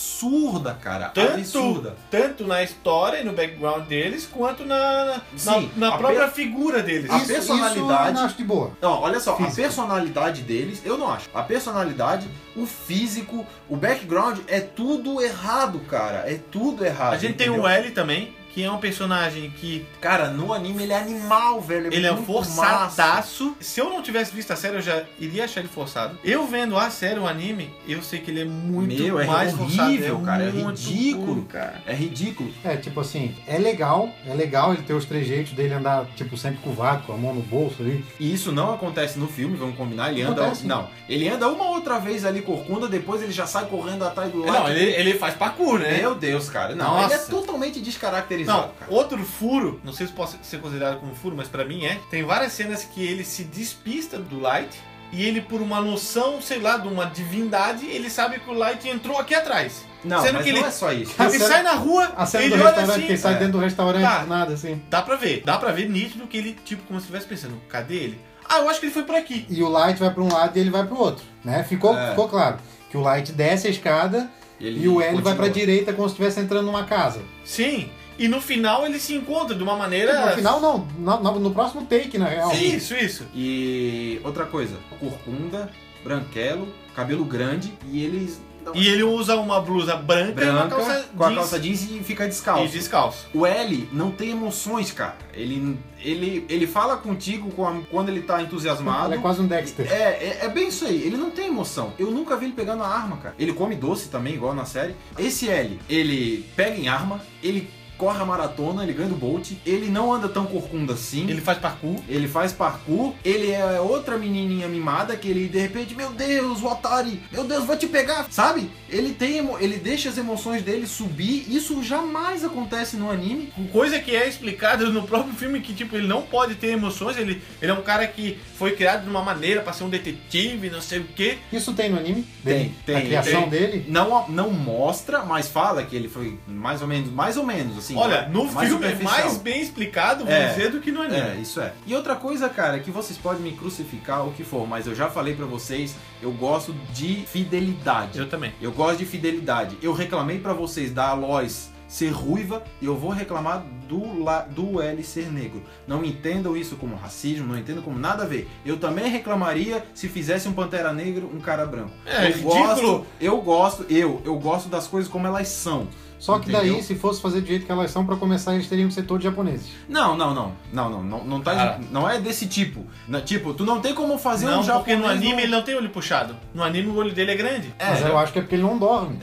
B: absurda, cara.
C: Tanto-
B: absurda.
C: Tanto na história e no background deles, quanto na, na,
B: Sim,
C: na- na
B: a
C: própria figura deles.
B: a
A: Isso-
B: personalidade-
A: Isso eu não acho de boa.
B: Não, olha só,
A: Físico.
B: a personalidade deles, eu não acho. A personalidade, o físico, o background, é tudo errado, cara. É tudo errado.
C: A gente tem um
B: entendeu?
C: o L também, que é um personagem que
B: Cara, no anime ele é animal, velho.
C: Ele é um
B: muito massa.
C: forçadaço. Se eu não tivesse visto a série, eu já iria achar ele forçado. Eu vendo a série, o anime, eu sei que ele é muito
B: Meu, é
C: mais
B: horrível,
C: forçado.
B: cara, é
C: muito
B: ridículo.
C: ruim, cara.
B: É ridículo.
A: É, tipo assim, é legal, é legal ele ter os trejeitos dele andar, tipo, sempre curvado, com a mão no bolso ali.
B: E isso não acontece no filme, vamos combinar. Ele anda.
A: Acontece.
B: Não. Ele anda uma outra vez ali corcunda, depois ele já sai correndo atrás do lado.
C: Não, ele, ele faz parkour, né?
B: Meu Deus, cara. Não,
C: Nossa.
B: ele é totalmente descaracterizado,
C: Não,
B: cara.
C: outro furo, não sei se pode ser considerado como furo, mas pra mim é. Tem várias cenas que ele se despista do Light e ele, por uma noção, sei lá, de uma divindade, ele sabe que o Light entrou aqui atrás.
B: Não,
C: sendo
B: mas
C: que
B: não
C: ele-
B: é só isso.
A: A
C: Ele
A: cena-
C: sai na rua,
A: A cena
C: ele
A: do
C: olha
A: restaurante,
C: assim,
A: que ele sai
B: é.
A: dentro do restaurante,
C: Tá.
A: nada assim.
C: Dá pra ver, dá pra ver nítido que ele, tipo, como se estivesse pensando, cadê ele? Ah, eu acho que ele foi por aqui.
A: E o Light vai pra um lado e ele vai pro outro, né? Ficou,
B: É.
A: ficou claro que o Light desce a escada e o L vai pra direita como se estivesse entrando numa casa.
C: Sim. E no final ele é se encontra de uma maneira.
A: No final, não. na- na- No, próximo take, na real.
C: Isso, isso.
B: E outra coisa, corcunda, branquelo, cabelo grande e eles
C: E ele usa uma blusa branca, e uma
B: branca
C: calça
B: com a
C: jeans
B: calça jeans e fica descalço.
C: e descalço.
B: O L não tem emoções, cara. Ele, ele, ele fala contigo com a- quando ele tá entusiasmado.
A: Ele é quase um Dexter.
B: É, é, é bem isso aí, ele não tem emoção. Eu nunca vi ele pegando a arma, cara. Ele come doce também, igual na série. Esse L, ele pega em arma, ele corre a maratona, ele ganha do Bolt, ele não anda tão corcunda assim.
C: Ele faz parkour.
B: Ele faz parkour, ele é outra menininha mimada que ele de repente, meu Deus, o Atari, meu Deus, vou te pegar, sabe? Ele tem, emo- ele deixa as emoções dele subir, isso jamais acontece no anime.
C: Coisa que é explicada no próprio filme que, tipo, ele não pode ter emoções. Ele, ele é um cara que foi criado de uma maneira pra ser um detetive, não sei o quê.
A: Isso tem no anime?
B: Tem,
A: Dele?
B: tem,
A: A criação
C: tem.
A: dele?
B: Não, não mostra, mas fala que ele foi mais ou menos, mais ou menos assim.
C: Olha, no
B: mais
C: filme é
B: superficial.
C: mais bem explicado, vou
B: É.
C: dizer, do que no anime.
B: É, isso é. E outra coisa, cara, que vocês podem me crucificar o que for, mas eu já falei pra vocês, eu gosto de fidelidade.
C: Eu também.
B: Eu gosto de fidelidade. Eu reclamei pra vocês da Aloys ser ruiva e eu vou reclamar do, La- do L ser negro. Não entendam isso como racismo, não entendam como nada a ver. Eu também reclamaria se fizesse um Pantera Negro um cara branco.
C: É,
B: eu
C: ridículo.
B: gosto, eu gosto, eu, eu gosto das coisas como elas são.
A: Só que daí,
B: Entendeu?
A: se fosse fazer do jeito que elas são, pra começar, eles teriam que ser todos japoneses.
B: Não, não, não. Não, não, não, não, tá-
C: Cara.
B: não é desse tipo. Não, tipo, tu não tem como fazer
C: Não,
B: um
C: porque
B: japonês
C: no anime
B: não-
C: ele não tem olho puxado. No anime o olho dele é grande.
A: Mas eu acho que é porque ele não dorme.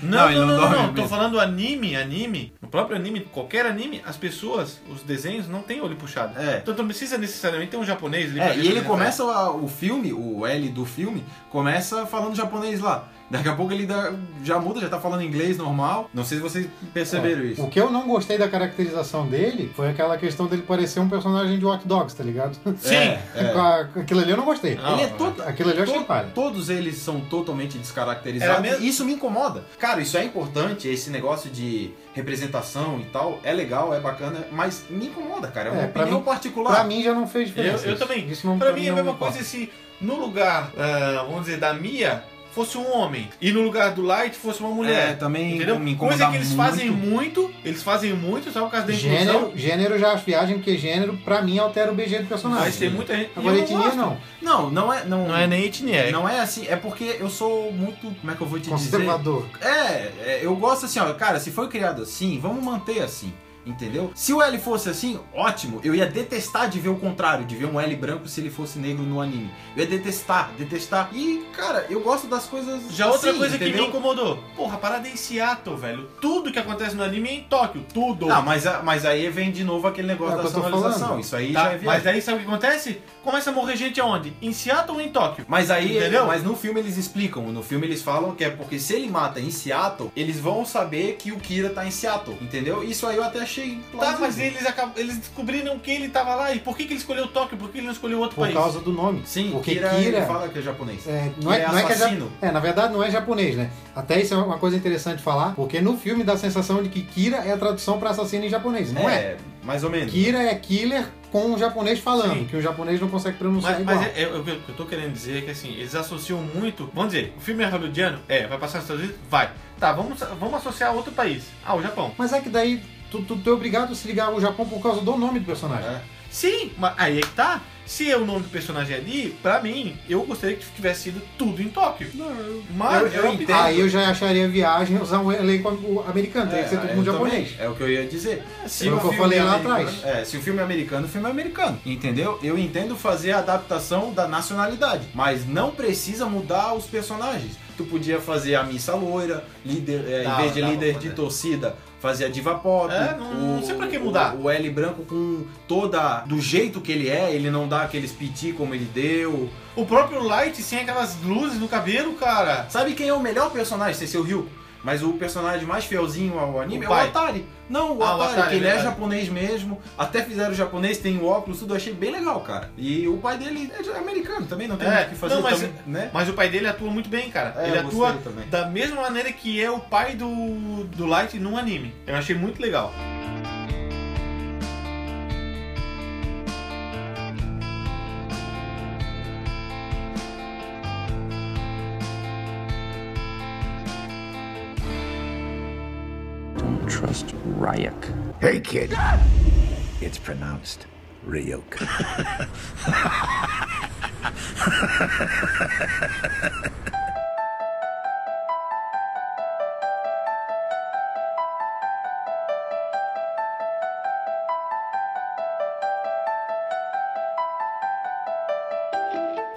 C: Não,
B: Não, ele
C: não, não,
B: não
C: não,
B: dorme
C: não. Tô
B: mesmo.
C: falando anime, anime. No próprio anime, qualquer anime, as pessoas, os desenhos, não tem olho puxado.
B: É.
C: Então tu não precisa necessariamente ter um japonês ali pra
B: É, e
C: representar.
B: ele começa a- o filme, o L do filme, começa falando japonês lá. Daqui a pouco ele dá- já muda, já tá falando inglês normal. Não sei se vocês perceberam isso.
A: O que eu não gostei da caracterização dele foi aquela questão dele parecer um personagem de Watch Dogs, tá ligado?
C: Sim.
A: Com a- com Aquilo ali eu não gostei.
C: É. Ah,
B: É, Ele é todo-
A: Aquilo ali eu achei
B: to-
A: palha.
B: Todos eles são totalmente
C: Era
B: descaracterizados.
C: mesmo?
B: E isso me incomoda. Cara, isso é importante, esse negócio de representação e tal. É legal, é bacana, mas me incomoda, cara. É uma
A: É, pra
B: opinião
A: mim-
B: particular.
A: Pra mim já não fez diferença.
C: Eu- eu
A: isso.
C: também.
A: Isso não,
C: Pra mim é a
A: não
C: mesma
A: importa.
C: coisa se no lugar, ah, vamos dizer, da Mia, fosse um homem. E no lugar do Light fosse uma
B: é,
C: mulher.
B: também
C: entendeu?
B: me incomoda
C: Coisa que eles
B: muito.
C: fazem muito, eles fazem muito só por causa da inclusão.
A: Gênero, gênero eu já acho viagem, porque gênero, pra mim, altera o BG do personagem.
C: Mas tem muita gente. e
A: Agora,
C: eu
A: etnia,
C: gosto.
A: não.
B: Não, não é... Não,
C: Não é nem etnia. é
B: Não é assim, é porque eu sou muito. Como é que eu vou te dizer?
A: Conservador.
B: É, é, eu gosto assim, ó, cara, se foi criado assim, vamos manter assim. Entendeu? Se o L fosse assim, ótimo. Eu ia detestar de ver o contrário, de ver um L branco se ele fosse negro no anime. Eu ia detestar, detestar. E, cara, eu gosto das coisas.
C: Já outra
B: assim,
C: coisa que
B: entendeu?
C: me incomodou. Porra, a parada é em Seattle, velho. Tudo que acontece no anime é em Tóquio. Tudo.
B: Ah, mas, a- mas aí vem de novo aquele
A: É
B: negócio
A: o
B: da
A: que eu tô
B: nacionalização.
A: falando.
B: Isso aí
C: Tá,
B: já é viagem.
C: mas aí sabe o que acontece? Começa a morrer gente aonde? Em Seattle ou em Tóquio?
B: Mas aí,
C: Entendeu?
B: mas no filme eles explicam, no filme eles falam que é porque se ele mata em Seattle, eles vão saber que o Kira tá em Seattle, entendeu? Isso aí eu até achei
C: Tá, mas
B: plausível.
C: eles, acab- eles descobriram que ele tava lá. E por que, que ele escolheu Tóquio? Por que ele não escolheu outro
A: Por
C: país?
A: causa do nome.
B: Sim,
A: Porque
B: Kira,
A: Kira-
B: ele fala que é japonês.
A: É, não é,
B: Ele é
A: não é que é ja-
B: assassino.
A: é, na verdade não é japonês, né? Até isso é uma coisa interessante falar, porque no filme dá a sensação de que Kira é a tradução pra assassino em japonês, não é?
B: mais ou menos.
A: Kira é killer com um japonês falando,
C: Sim.
A: que o japonês não consegue pronunciar
C: Mas,
A: igual.
C: mas é, é- é o que eu- que eu tô querendo dizer é que assim, eles associam muito. Vamos dizer, o filme é hollywoodiano? É, vai passar nos Estados Unidos? Vai. Tá, vamos, vamos associar a outro país. Ah, o Japão.
A: Mas é que daí tu, tu, tu é obrigado a se ligar ao Japão por causa do nome do personagem.
B: É.
C: Sim, mas aí é que tá. Se é o nome do personagem ali, pra mim, eu gostaria que tivesse sido tudo em Tóquio. mas
B: eu- eu
C: é uma opinião.
A: Aí eu já acharia viagem usar um elenco am- americano, teria que ser
B: É,
A: todo
B: eu
A: mundo
B: também.
A: japonês.
B: É o que eu ia
A: Foi
B: dizer.
A: É o que eu
B: filme
A: falei lá
B: americano-
A: atrás.
B: É, se o filme é americano, o filme é americano. Entendeu? Eu entendo fazer a adaptação da nacionalidade, mas não precisa mudar os personagens. Tu podia fazer a missa loira, líder, é,
C: Dá,
B: em vez de
C: dá pra
B: líder
C: fazer.
B: de torcida, fazer a diva pop.
C: É, não- não sei pra que mudar.
B: O, o L branco com toda. do jeito que ele é, ele não dá aqueles piti como ele deu.
C: O próprio Light sem aquelas luzes no cabelo, cara.
B: Sabe quem é o melhor personagem sem ser o Ryu? Mas o personagem mais fielzinho ao
C: O
B: anime é o
C: pai.
B: Atari. Não, o
C: Ah, o
B: Atari,
C: Atari,
B: que ele é
C: verdade.
B: japonês mesmo. Até fizeram japonês, tem o óculos, tudo. Achei bem legal, cara. E o pai dele é americano também, não tem
C: É,
B: muito o que fazer.
C: não, mas-
B: também, né?
C: Mas o pai dele atua muito bem, cara.
B: É,
C: ele
B: eu gostei
C: atua
B: também.
C: da mesma maneira que é o pai do, do Light num anime. Eu achei muito legal.
E: trust Ryuk. Hey, kid. It's pronounced Ryuk.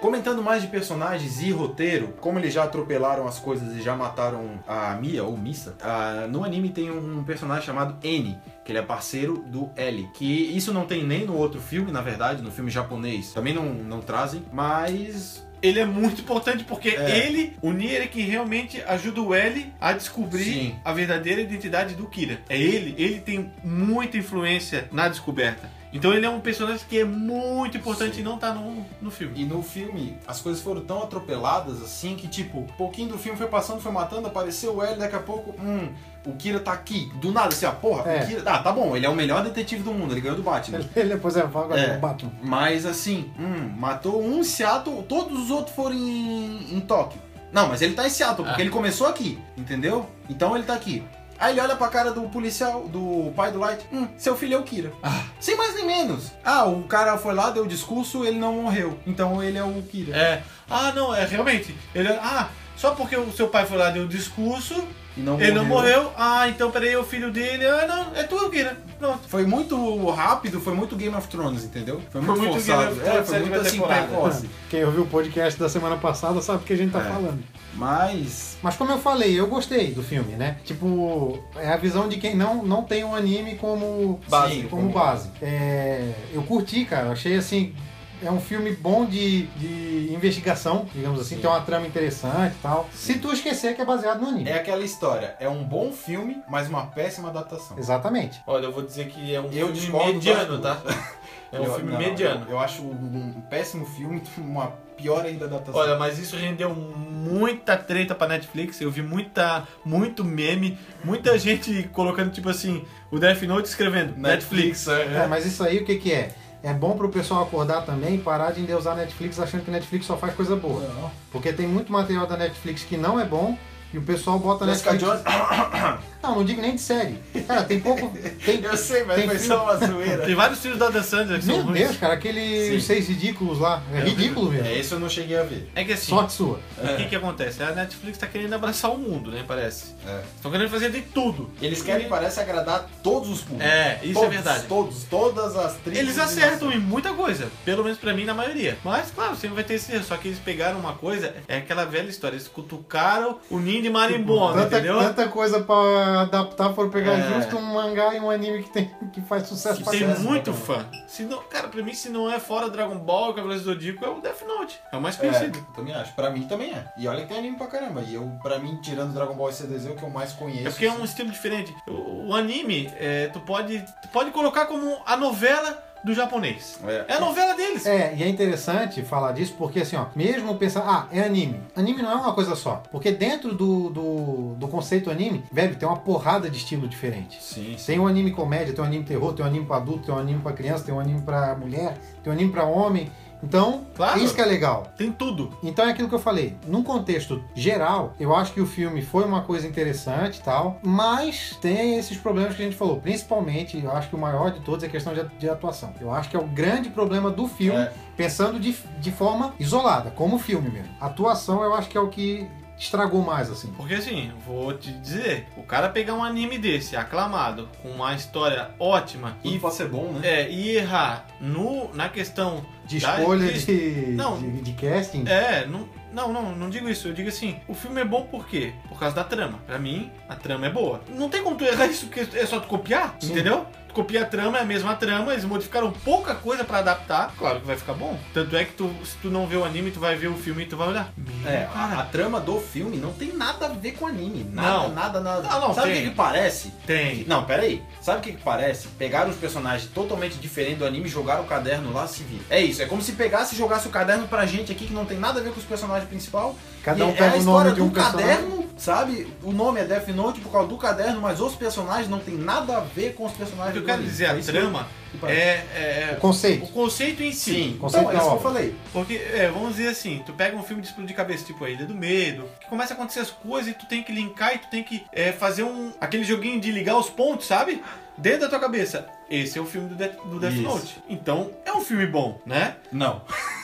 B: Comentando mais de personagens e roteiro, como eles já atropelaram as coisas e já mataram a Mia ou Missa, ah, no anime tem um personagem chamado N, que ele é parceiro do L. Que isso não tem nem no outro filme, na verdade, no filme japonês também não, não trazem, mas.
C: Ele é muito importante porque
B: É.
C: ele, o Nier é que realmente ajuda o L a descobrir
B: Sim.
C: a verdadeira identidade do Kira. É ele, ele tem muita influência na descoberta. Então ele é um personagem que é muito importante
B: Sim.
C: e não tá no, no filme.
B: E no filme as coisas foram tão atropeladas assim que, tipo, pouquinho do filme foi passando, foi matando, apareceu o L, daqui a pouco, hum, o Kira tá aqui. Do nada, assim, ah, porra,
A: É.
B: o Kira. Ah, tá bom, ele é o melhor detetive do mundo, ele ganhou do Batman.
A: Ele, pois é, fala agora
B: É.
A: do Batman.
B: Mas assim, hum, matou um em Seattle, todos os outros foram em, em Tóquio. Não, mas ele tá em Seattle,
C: Ah.
B: porque ele começou aqui, entendeu? Então ele tá aqui. Aí ele olha pra cara do policial, do pai do Light. Hum, seu filho é o Kira. Ah, sem mais nem menos. Ah, o cara foi lá, deu o discurso, ele não morreu. Então ele é o Kira.
C: É. Ah, não, é realmente. Ele é- Ah, só porque o seu pai foi lá deu um discurso,
B: E não
C: ele não morreu. Ah, então peraí, é o filho dele. Ah, não, é tu, Kira. Pronto.
B: Foi muito rápido, foi muito Game of Thrones, entendeu? Foi muito,
C: muito
B: forçado.
C: Game of Thrones,
B: é, foi muito
C: sétima
B: assim,
C: temporada.
B: precoce.
A: Quem ouviu o podcast da semana passada sabe o que a gente tá
B: É.
A: falando.
B: Mas.
A: Mas como eu falei, eu gostei do filme, né? Tipo, é a visão de quem não, não tem um anime como
B: Base,
A: Sim, como
B: como-
A: base. É, eu curti, cara. Eu Achei assim. É um filme bom de, de investigação, digamos assim. Tem uma trama interessante e tal. Se tu esquecer que é baseado no anime.
B: É aquela história, é um bom filme, mas uma péssima adaptação.
A: Exatamente.
D: Olha, eu vou dizer que é um
B: Eu
D: filme
B: discordo
D: mediano,
B: das
D: tá? É um
B: Eu-
D: filme
B: não,
D: mediano.
B: Eu, eu acho um, um péssimo filme, uma pior ainda adaptação.
D: Olha,
B: Olha,
D: mas isso rendeu um.
C: Muita treta pra Netflix, eu vi muita, muito meme, muita gente colocando tipo assim, o Death Note escrevendo Netflix.
A: É, mas isso aí o que, que é? É bom pro pessoal acordar também e parar de endeusar Netflix achando que Netflix só faz coisa boa.
B: não.
A: Porque tem muito material da Netflix que não é bom e o pessoal bota
B: Jessica
A: Netflix.
B: Jones.
A: Não, não digo nem de série. Cara, tem pouco. Tem...
B: Eu sei, mas
A: Tem
B: foi
A: filme-
B: só uma zoeira.
C: Tem vários filhos da Dan Sandler que
A: Meu
C: são
A: Deus,
C: ruins.
A: cara, aqueles
B: Sim.
A: seis ridículos lá. É ridículo mesmo.
B: É, isso eu não cheguei a ver.
C: É que assim,
A: Sorte sua.
C: o que que acontece? A Netflix tá querendo abraçar o mundo, né, parece.
B: É.
C: Estão querendo fazer de tudo.
B: Eles querem, parece, agradar todos os públicos.
C: É, isso
B: Todos,
C: é verdade.
B: Todos, todas as tribos.
C: Eles
B: e
C: acertam
B: nações.
C: em muita coisa, pelo menos pra mim na maioria. Mas claro, sempre vai ter esse erro. Só que eles pegaram uma coisa, é aquela velha história, eles cutucaram o ninho de
B: Tá
C: marimbondo,
A: Tipo, Tanta,
C: entendeu?
A: tanta coisa pra adaptar foram pegar
B: É.
A: justo um mangá e um anime que, tem, que faz sucesso
C: E
A: pra
C: tem
A: caralho.
C: muito fã. Se não, cara, pra mim, se não é fora Dragon Ball, Cavaleiros do Zodíaco, é o Death Note. É o mais conhecido.
B: É, eu também acho. Pra mim também é. E olha que tem anime pra caramba. E eu, pra mim, tirando Dragon Ball CDZ, é o que eu mais conheço.
C: É porque é um estilo diferente. O, o anime, é, tu, pode, tu pode colocar como a novela do japonês.
B: assim,
C: É a novela deles.
A: É, e é interessante falar disso porque, assim, ó, mesmo pensar, ah, é anime. Anime não é uma coisa só. Porque dentro do, do, do conceito anime, velho, tem uma porrada de estilo diferente.
B: Sim,
A: Tem um anime comédia, tem um anime terror, tem um anime pra adulto, tem um anime pra criança, tem um anime pra mulher, tem um anime pra homem. Então,
C: Claro.
A: isso que é legal.
C: Tem tudo.
A: Então é aquilo que eu falei. Num contexto geral, eu acho que o filme foi uma coisa interessante e tal, mas tem esses problemas que a gente falou. Principalmente, eu acho que o maior de todos é a questão de, de atuação. Eu acho que é o grande problema do filme,
B: É.
A: pensando de, de forma isolada, como filme mesmo. A atuação eu acho que é o que estragou mais, assim.
C: Porque assim, vou te dizer, o cara pegar um anime desse, aclamado, com uma história ótima
B: E
C: e,
B: pode ser bom, né?
C: é, e errar no, na questão
A: De
B: Tá
C: Da-
A: escolha
C: de-
A: de,
C: não.
A: de, de casting.
C: É, não, não, não, não digo isso. Eu digo assim, o filme é bom por quê? Por causa da trama. Pra mim, a trama é boa. Não tem como tu errar isso, porque é só tu copiar,
A: Sim.
C: entendeu? Tu copia a trama, é a mesma trama, eles modificaram pouca coisa pra adaptar, claro que vai ficar bom. Tanto é que tu, se tu não vê o anime, tu vai ver o filme e tu vai olhar. "Meu,
B: É,
C: cara,
B: a, a trama do filme não tem nada a ver com anime. Nada,
C: Não.
B: nada, nada.
C: Ah, não,
B: Sabe o
C: tem.
B: que, que parece?
C: tem.
B: Não, peraí. Sabe o que, que parece? Pegaram os personagens totalmente diferentes do anime, jogaram o caderno lá e se viram. É isso, é como se pegasse e jogasse o caderno pra gente aqui que não tem nada a ver com os personagens principais.
A: Cada um
B: é a
A: pega o nome
B: história
A: de
B: do
A: um personagem.
B: caderno sabe? O nome é Death Note por causa do caderno, mas os personagens não tem nada a ver com os personagens
C: O que eu
B: do
C: quero
B: anime.
C: dizer, a
B: isso
C: trama é,
B: que parece.
C: é-
A: O
C: o
A: conceito.
C: conceito em si.
A: Sim, conceito
B: Então, é
A: da
B: isso que eu
A: obra.
B: falei.
C: Porque, é, vamos dizer assim, tu pega um filme de explodir cabeça, tipo a Ilha do Medo, que começa a acontecer as coisas e tu tem que linkar e tu tem que é, fazer um aquele joguinho de ligar os pontos, sabe? Dentro da tua cabeça. Esse é o filme do Death, do Death
D: Isso.
C: Note. Então, é um filme bom, né?
D: Não.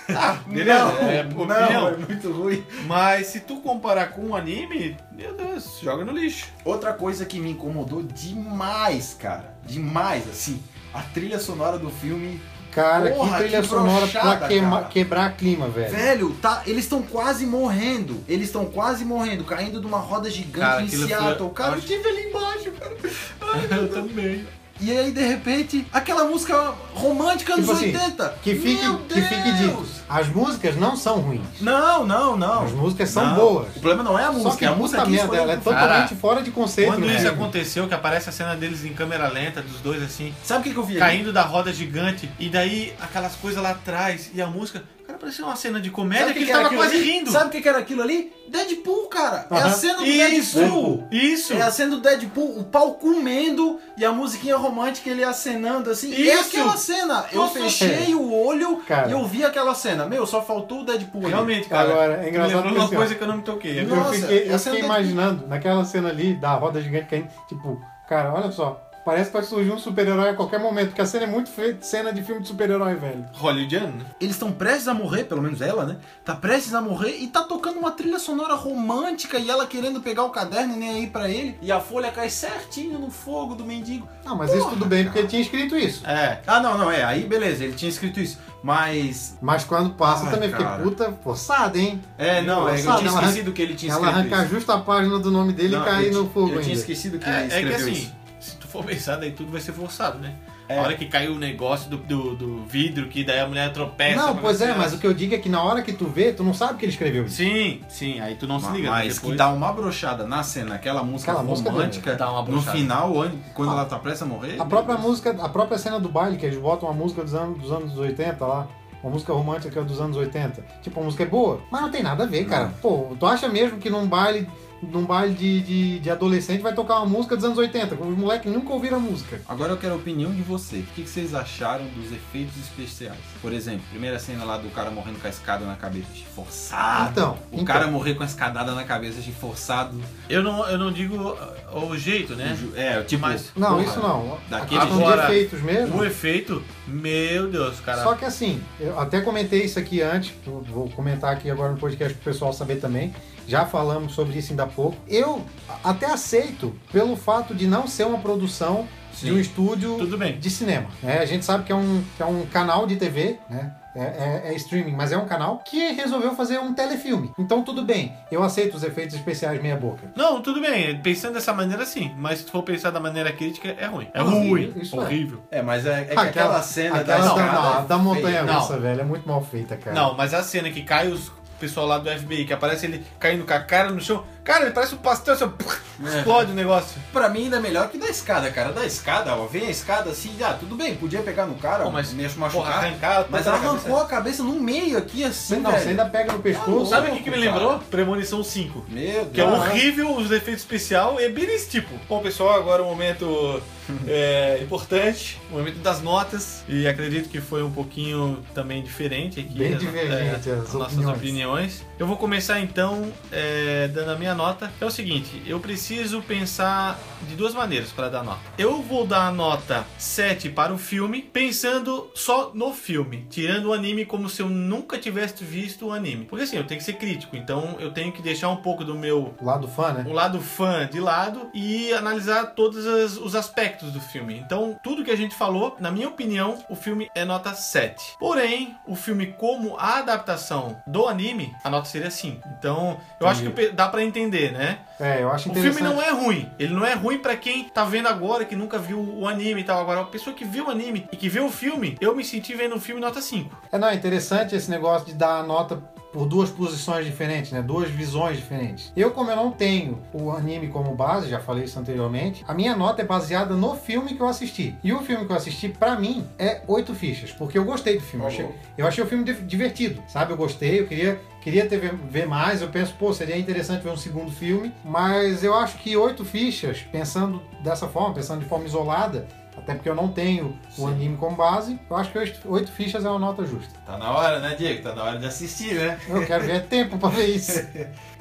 C: Ah, beleza. é
B: não,
C: opinião.
B: é muito ruim.
C: Mas se tu comparar com um anime, meu Deus, joga no lixo.
B: Outra coisa que me incomodou demais, cara. Demais, assim. A trilha sonora do filme.
A: Cara,
B: Porra,
A: que trilha
B: que
A: sonora
B: broxada,
A: pra queima-
B: cara.
A: quebrar clima, velho.
B: Velho, tá, eles estão quase morrendo. Eles estão quase morrendo, caindo de uma roda gigante
D: Cara,
B: em
D: aquilo foi-
B: Seattle. Cara, eu
D: acho-
B: tive ali embaixo, cara.
D: Eu também.
B: E aí, de repente, aquela música romântica
A: Tipo
B: dos
A: assim,
B: 80.
A: Que fique,
B: Meu
A: que fique dito.
B: Deus!
A: As músicas não são ruins.
B: Não, não, não.
A: As músicas são
B: Não.
A: boas.
B: O problema não é a música,
A: Só que
B: é a
A: a
B: música
A: puta
B: que
A: merda,
B: escolheu
A: ela é
B: pro
A: totalmente fora de conceito.
C: Quando
A: né?
C: isso aconteceu, que aparece a cena deles em câmera lenta, dos dois assim,
B: Sabe o que, que eu vi? ali?
C: caindo da roda gigante, e daí aquelas coisas lá atrás, e a música. Cara, parecia uma cena de
B: Sabe
C: comédia
B: o
C: que, ele
B: era
C: tava
B: aquilo
C: quase
B: ali?
C: rindo.
B: Sabe o que, que era aquilo ali? Deadpool, cara. É a
A: Aham.
B: cena do
C: Isso!
B: Deadpool.
C: Isso!
B: É a cena do Deadpool, o pau comendo e a musiquinha romântica ele acenando assim. É
C: Isso!
B: aquela cena. Eu
C: Nossa,
B: fechei o olho
A: Cara.
B: e eu vi aquela cena. Meu, só faltou o Deadpool. ali.
C: Realmente, cara.
A: Agora, é
C: me
A: engraçado
C: lembrou
A: porque,
C: uma
A: assim, ó,
C: coisa que eu não me toquei. É
A: Eu
B: Nossa,
A: fiquei, eu
B: essa
A: fiquei
B: é uma das-
A: imaginando, naquela cena ali da roda gigante caindo, tipo, cara, olha só, parece que vai surgir um super-herói a qualquer momento, porque a cena é muito feita, cena de filme de super-herói, velho.
C: Hollywoodiano? né?
B: Eles estão prestes a morrer, pelo menos ela, né? Tá prestes a morrer e tá tocando uma trilha sonora romântica e ela querendo pegar o caderno e nem aí pra ele. E a folha cai certinho no fogo do mendigo.
A: Não, mas isso
B: Porra,
A: tudo bem, porque
B: cara.
A: ele tinha escrito isso.
B: É. Ah, não, não, é. Aí beleza, ele tinha escrito isso. Mas.
A: Mas quando passa,
B: Ai,
A: também
B: cara.
A: fiquei puta forçada, hein?
B: É, não, é, eu
A: Engraçado,
B: tinha
A: ela
B: esquecido que ele tinha
A: Ela
B: escrito
A: arrancar
B: isso.
A: justo a página do nome dele
B: Não,
A: e cair
B: eu
A: no
B: ti-
A: fogo
B: Eu
A: ainda.
B: tinha esquecido que ele
C: É, é que
B: escreveu
C: assim,
B: isso.
C: se tu for pensar, daí tudo vai ser forçado, né?
B: É.
C: A hora que caiu o negócio do, do, do vidro, que daí a mulher tropeça.
A: Não,
C: pra
A: pois é,
C: você-
A: mas o que eu digo é que na hora que tu vê, tu não sabe que ele escreveu isso.
C: Sim, sim, aí tu não se
B: Ma-
C: liga. né?
B: Mas
C: Depois-
B: que dá uma broxada na cena, aquela música
A: Aquela música é
B: romântica,
D: dá uma
B: no
D: broxada.
B: final, an- quando
A: Ah.
B: ela tá prestes a morrer.
A: A própria música, a própria cena do baile, que eles botam uma música dos anos, dos anos 80 lá, uma música romântica que é dos anos 80. Tipo, a música é boa, mas não tem nada a ver, cara. Pô, tu acha mesmo que num baile, num baile de, de, de adolescente vai tocar uma música dos anos 80? Os moleques nunca ouviram a música.
B: Agora eu quero a opinião de vocês. O que que vocês acharam dos efeitos especiais? Por exemplo, primeira cena lá do cara morrendo com a escada na cabeça, achei forçado.
A: Então,
B: Ah, o
A: então.
B: cara morrer com a escadada na cabeça, achei forçado.
C: Eu não, eu não digo ah, o jeito, né?
B: Ju- É, tipo,
C: Mas-
A: Não,
B: porra,
A: isso não.
B: daquele
A: a questão
C: agora,
A: de efeitos mesmo.
C: O efeito, meu Deus, cara.
A: Só que assim, eu até comentei isso aqui antes, que eu vou comentar aqui agora no podcast pro pessoal saber também. Já falamos sobre isso ainda há pouco. Eu até aceito pelo fato de não ser uma produção de um estúdio
C: Tudo bem.
A: de cinema. né? A gente sabe que é um, que é um canal de TV, né? É, é- é streaming, mas é um canal que resolveu fazer um telefilme. Então tudo bem, eu aceito os efeitos especiais meia boca.
C: Não, tudo bem. Pensando dessa maneira, sim. Mas se tu for pensar da maneira crítica, é ruim. É
A: Horrível,
C: ruim.
A: isso é.
C: horrível.
B: É, mas é, é que
A: Aquela-
B: aquela, cena da
A: Aquela da,
B: escada.
A: da,
B: é
A: da montanha
B: feia.
A: russa, velho, é muito mal feita, cara.
C: Não, mas a cena que cai os pessoal lá do FBI, que aparece ele caindo com a cara no chão. Cara, ele parece um pastel, assim, ó, explode o negócio.
B: Pra mim ainda é melhor que da escada, cara. Da escada, ó, vem a escada assim, ah, tudo bem, podia pegar no cara,
C: Pô, mas-
B: mas mexe
C: Porra,
B: machucar.
C: arrancar.
B: Mas
C: tanta
B: ela
C: cabeça.
B: arrancou a cabeça no meio aqui,
A: Você,
B: assim,
A: não,
B: velho.
A: você ainda pega no
B: Tá
A: pescoço.
C: Sabe o que, que me
B: Cara.
C: lembrou? Premonição 5.
B: Meu Deus.
C: Que é horrível os efeitos especial e é bem desse tipo. Bom, pessoal, agora o momento é, importante, o momento das notas. E acredito que foi um pouquinho também diferente aqui.
A: Bem
C: as-
A: divergente
C: é,
A: as
C: as nossas
A: opiniões.
C: opiniões. Eu vou começar então é, dando a minha nota. É o seguinte, eu preciso pensar de duas maneiras para dar nota. Eu vou dar a nota 7 para o filme, pensando só no filme, tirando o anime como se eu nunca tivesse visto o anime. Porque assim, eu tenho que ser crítico, então eu tenho que deixar um pouco do meu
A: O lado fã, né?
C: o um lado fã de lado e analisar todos as- os aspectos do filme. Então, tudo que a gente falou, na minha opinião, o filme é nota 7. Porém, o filme como a adaptação do anime, a nota seria 5. Então, eu acho que pe- dá pra entender, né?
A: É, eu acho
C: O
A: interessante.
C: filme não é ruim. Ele não é ruim pra quem tá vendo agora, que nunca viu o anime e tal. Agora, a pessoa que viu o anime e que viu o filme, eu me senti vendo o filme nota 5.
A: É, não, é interessante esse negócio de dar a nota pro por duas posições diferentes, né? Duas visões diferentes. Eu, como eu não tenho o anime como base, já falei isso anteriormente, a minha nota é baseada no filme que eu assisti. E o filme que eu assisti, pra mim, é oito fichas, porque eu gostei do filme. Eu achei, eu achei o filme di- divertido, sabe? Eu gostei, eu queria queria ter, ver mais, eu penso, pô, seria interessante ver um segundo filme, mas eu acho que oito fichas, pensando dessa forma, pensando de forma isolada, até porque eu não tenho o anime como base, eu acho que oito oito fichas é uma nota justa.
B: Tá na hora, né, Diego? Tá na hora de assistir, né?
A: Eu quero ver é tempo pra ver isso.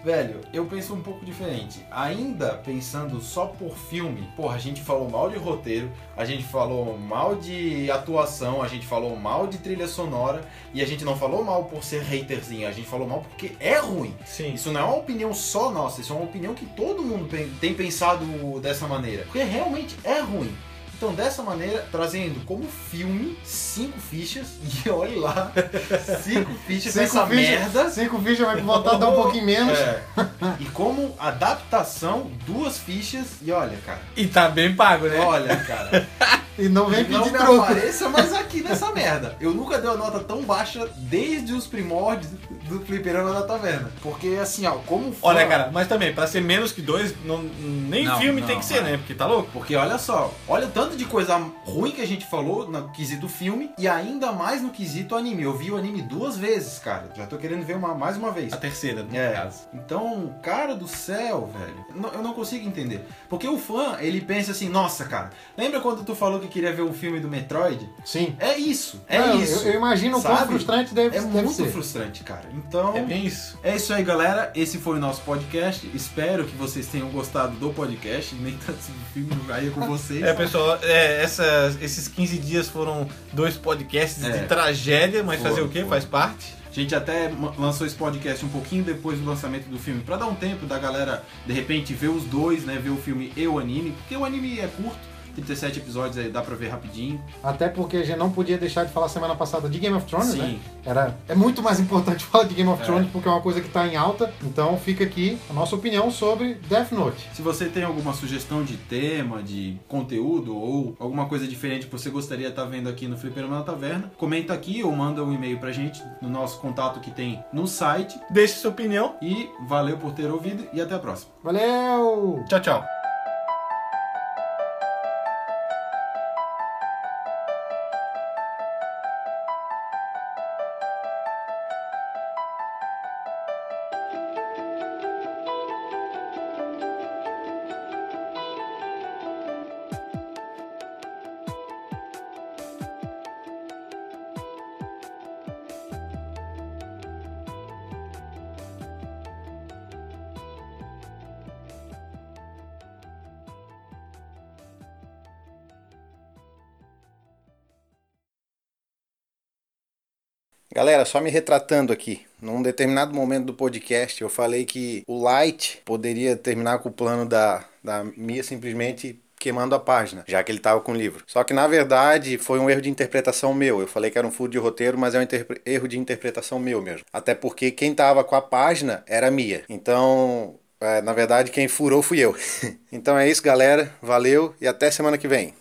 B: Velho, eu penso um pouco diferente. Ainda pensando só por filme, porra, a gente falou mal de roteiro, a gente falou mal de atuação, a gente falou mal de trilha sonora, e a gente não falou mal por ser haterzinho, a gente falou mal porque é ruim.
C: Sim.
B: Isso não é uma opinião só nossa, isso é uma opinião que todo mundo pen- tem pensado dessa maneira. Porque realmente é ruim. Então, dessa maneira, trazendo como filme cinco fichas, e olha lá, cinco fichas
A: Cinco
B: dessa
A: fichas.
B: merda.
A: Cinco fichas vai voltar a dar um pouquinho menos.
B: É. E como adaptação, duas fichas, e olha, cara.
C: E tá bem pago, né?
B: Olha, cara.
A: E não vem
B: não
A: pedir
B: me
A: troco.
B: apareça mais aqui nessa merda. Eu nunca dei uma nota tão baixa desde os primórdios do fliperama da taverna. Porque, assim, ó, como fã-
C: Olha, cara, mas também, pra ser menos que dois, não, nem
B: Não,
C: filme
B: não,
C: tem que ser,
B: é.
C: né? Porque tá louco?
B: Porque olha só, olha o tanto de coisa ruim que a gente falou no quesito filme e ainda mais no quesito anime. Eu vi o anime duas vezes, cara. Já tô querendo ver uma, mais uma vez.
C: A terceira, no
B: É.
C: caso.
B: Então, cara do céu, velho. Não- eu não consigo entender. Porque o fã, ele pensa assim, nossa, cara, lembra quando tu falou que queria ver o filme do Metroid?
A: Sim.
B: É isso, é
A: Não, eu-
B: isso.
A: Eu, imagino o quão
B: Sabe?
A: frustrante deve,
B: é
A: deve
B: muito
A: ser.
B: frustrante, cara. Então.
C: É bem isso.
B: É isso aí, galera. Esse foi o nosso podcast. Espero que vocês tenham gostado do podcast. Nem tanto do filme aí é com vocês.
C: É, pessoal, é, essas- esses 15 dias foram dois podcasts
B: É.
C: de tragédia, mas
B: Foram,
C: fazer o quê?
B: foram.
C: Faz parte.
B: A gente até ma- lançou esse podcast um pouquinho depois do lançamento do filme, pra dar um tempo da galera, de repente, ver os dois, né? Ver o filme e o anime, porque o anime é curto, 37 episódios aí dá pra ver rapidinho.
A: Até porque a gente não podia deixar de falar semana passada de Game of Thrones, né? Era, é muito mais importante falar de Game of Thrones porque é uma coisa que tá em alta. Então fica aqui a nossa opinião sobre Death Note.
B: Se você tem alguma sugestão de tema, de conteúdo ou alguma coisa diferente que você gostaria de estar vendo aqui no Fliperama na Taverna, comenta aqui ou manda um e-mail pra gente no nosso contato que tem no site.
C: Deixe sua opinião.
B: E valeu por ter ouvido e até a próxima.
A: Valeu!
C: Tchau, tchau.
F: Galera, só me retratando aqui. Num determinado momento do podcast, eu falei que o Light poderia terminar com o plano da, da Mia simplesmente queimando a página, já que ele estava com o livro. Só que, na verdade, foi um erro de interpretação meu. Eu falei que era um furo de roteiro, mas é um interpre- erro de interpretação meu mesmo. Até porque quem estava com a página era a Mia. Então, é, na verdade, quem furou fui eu. então é isso, galera. Valeu e até semana que vem.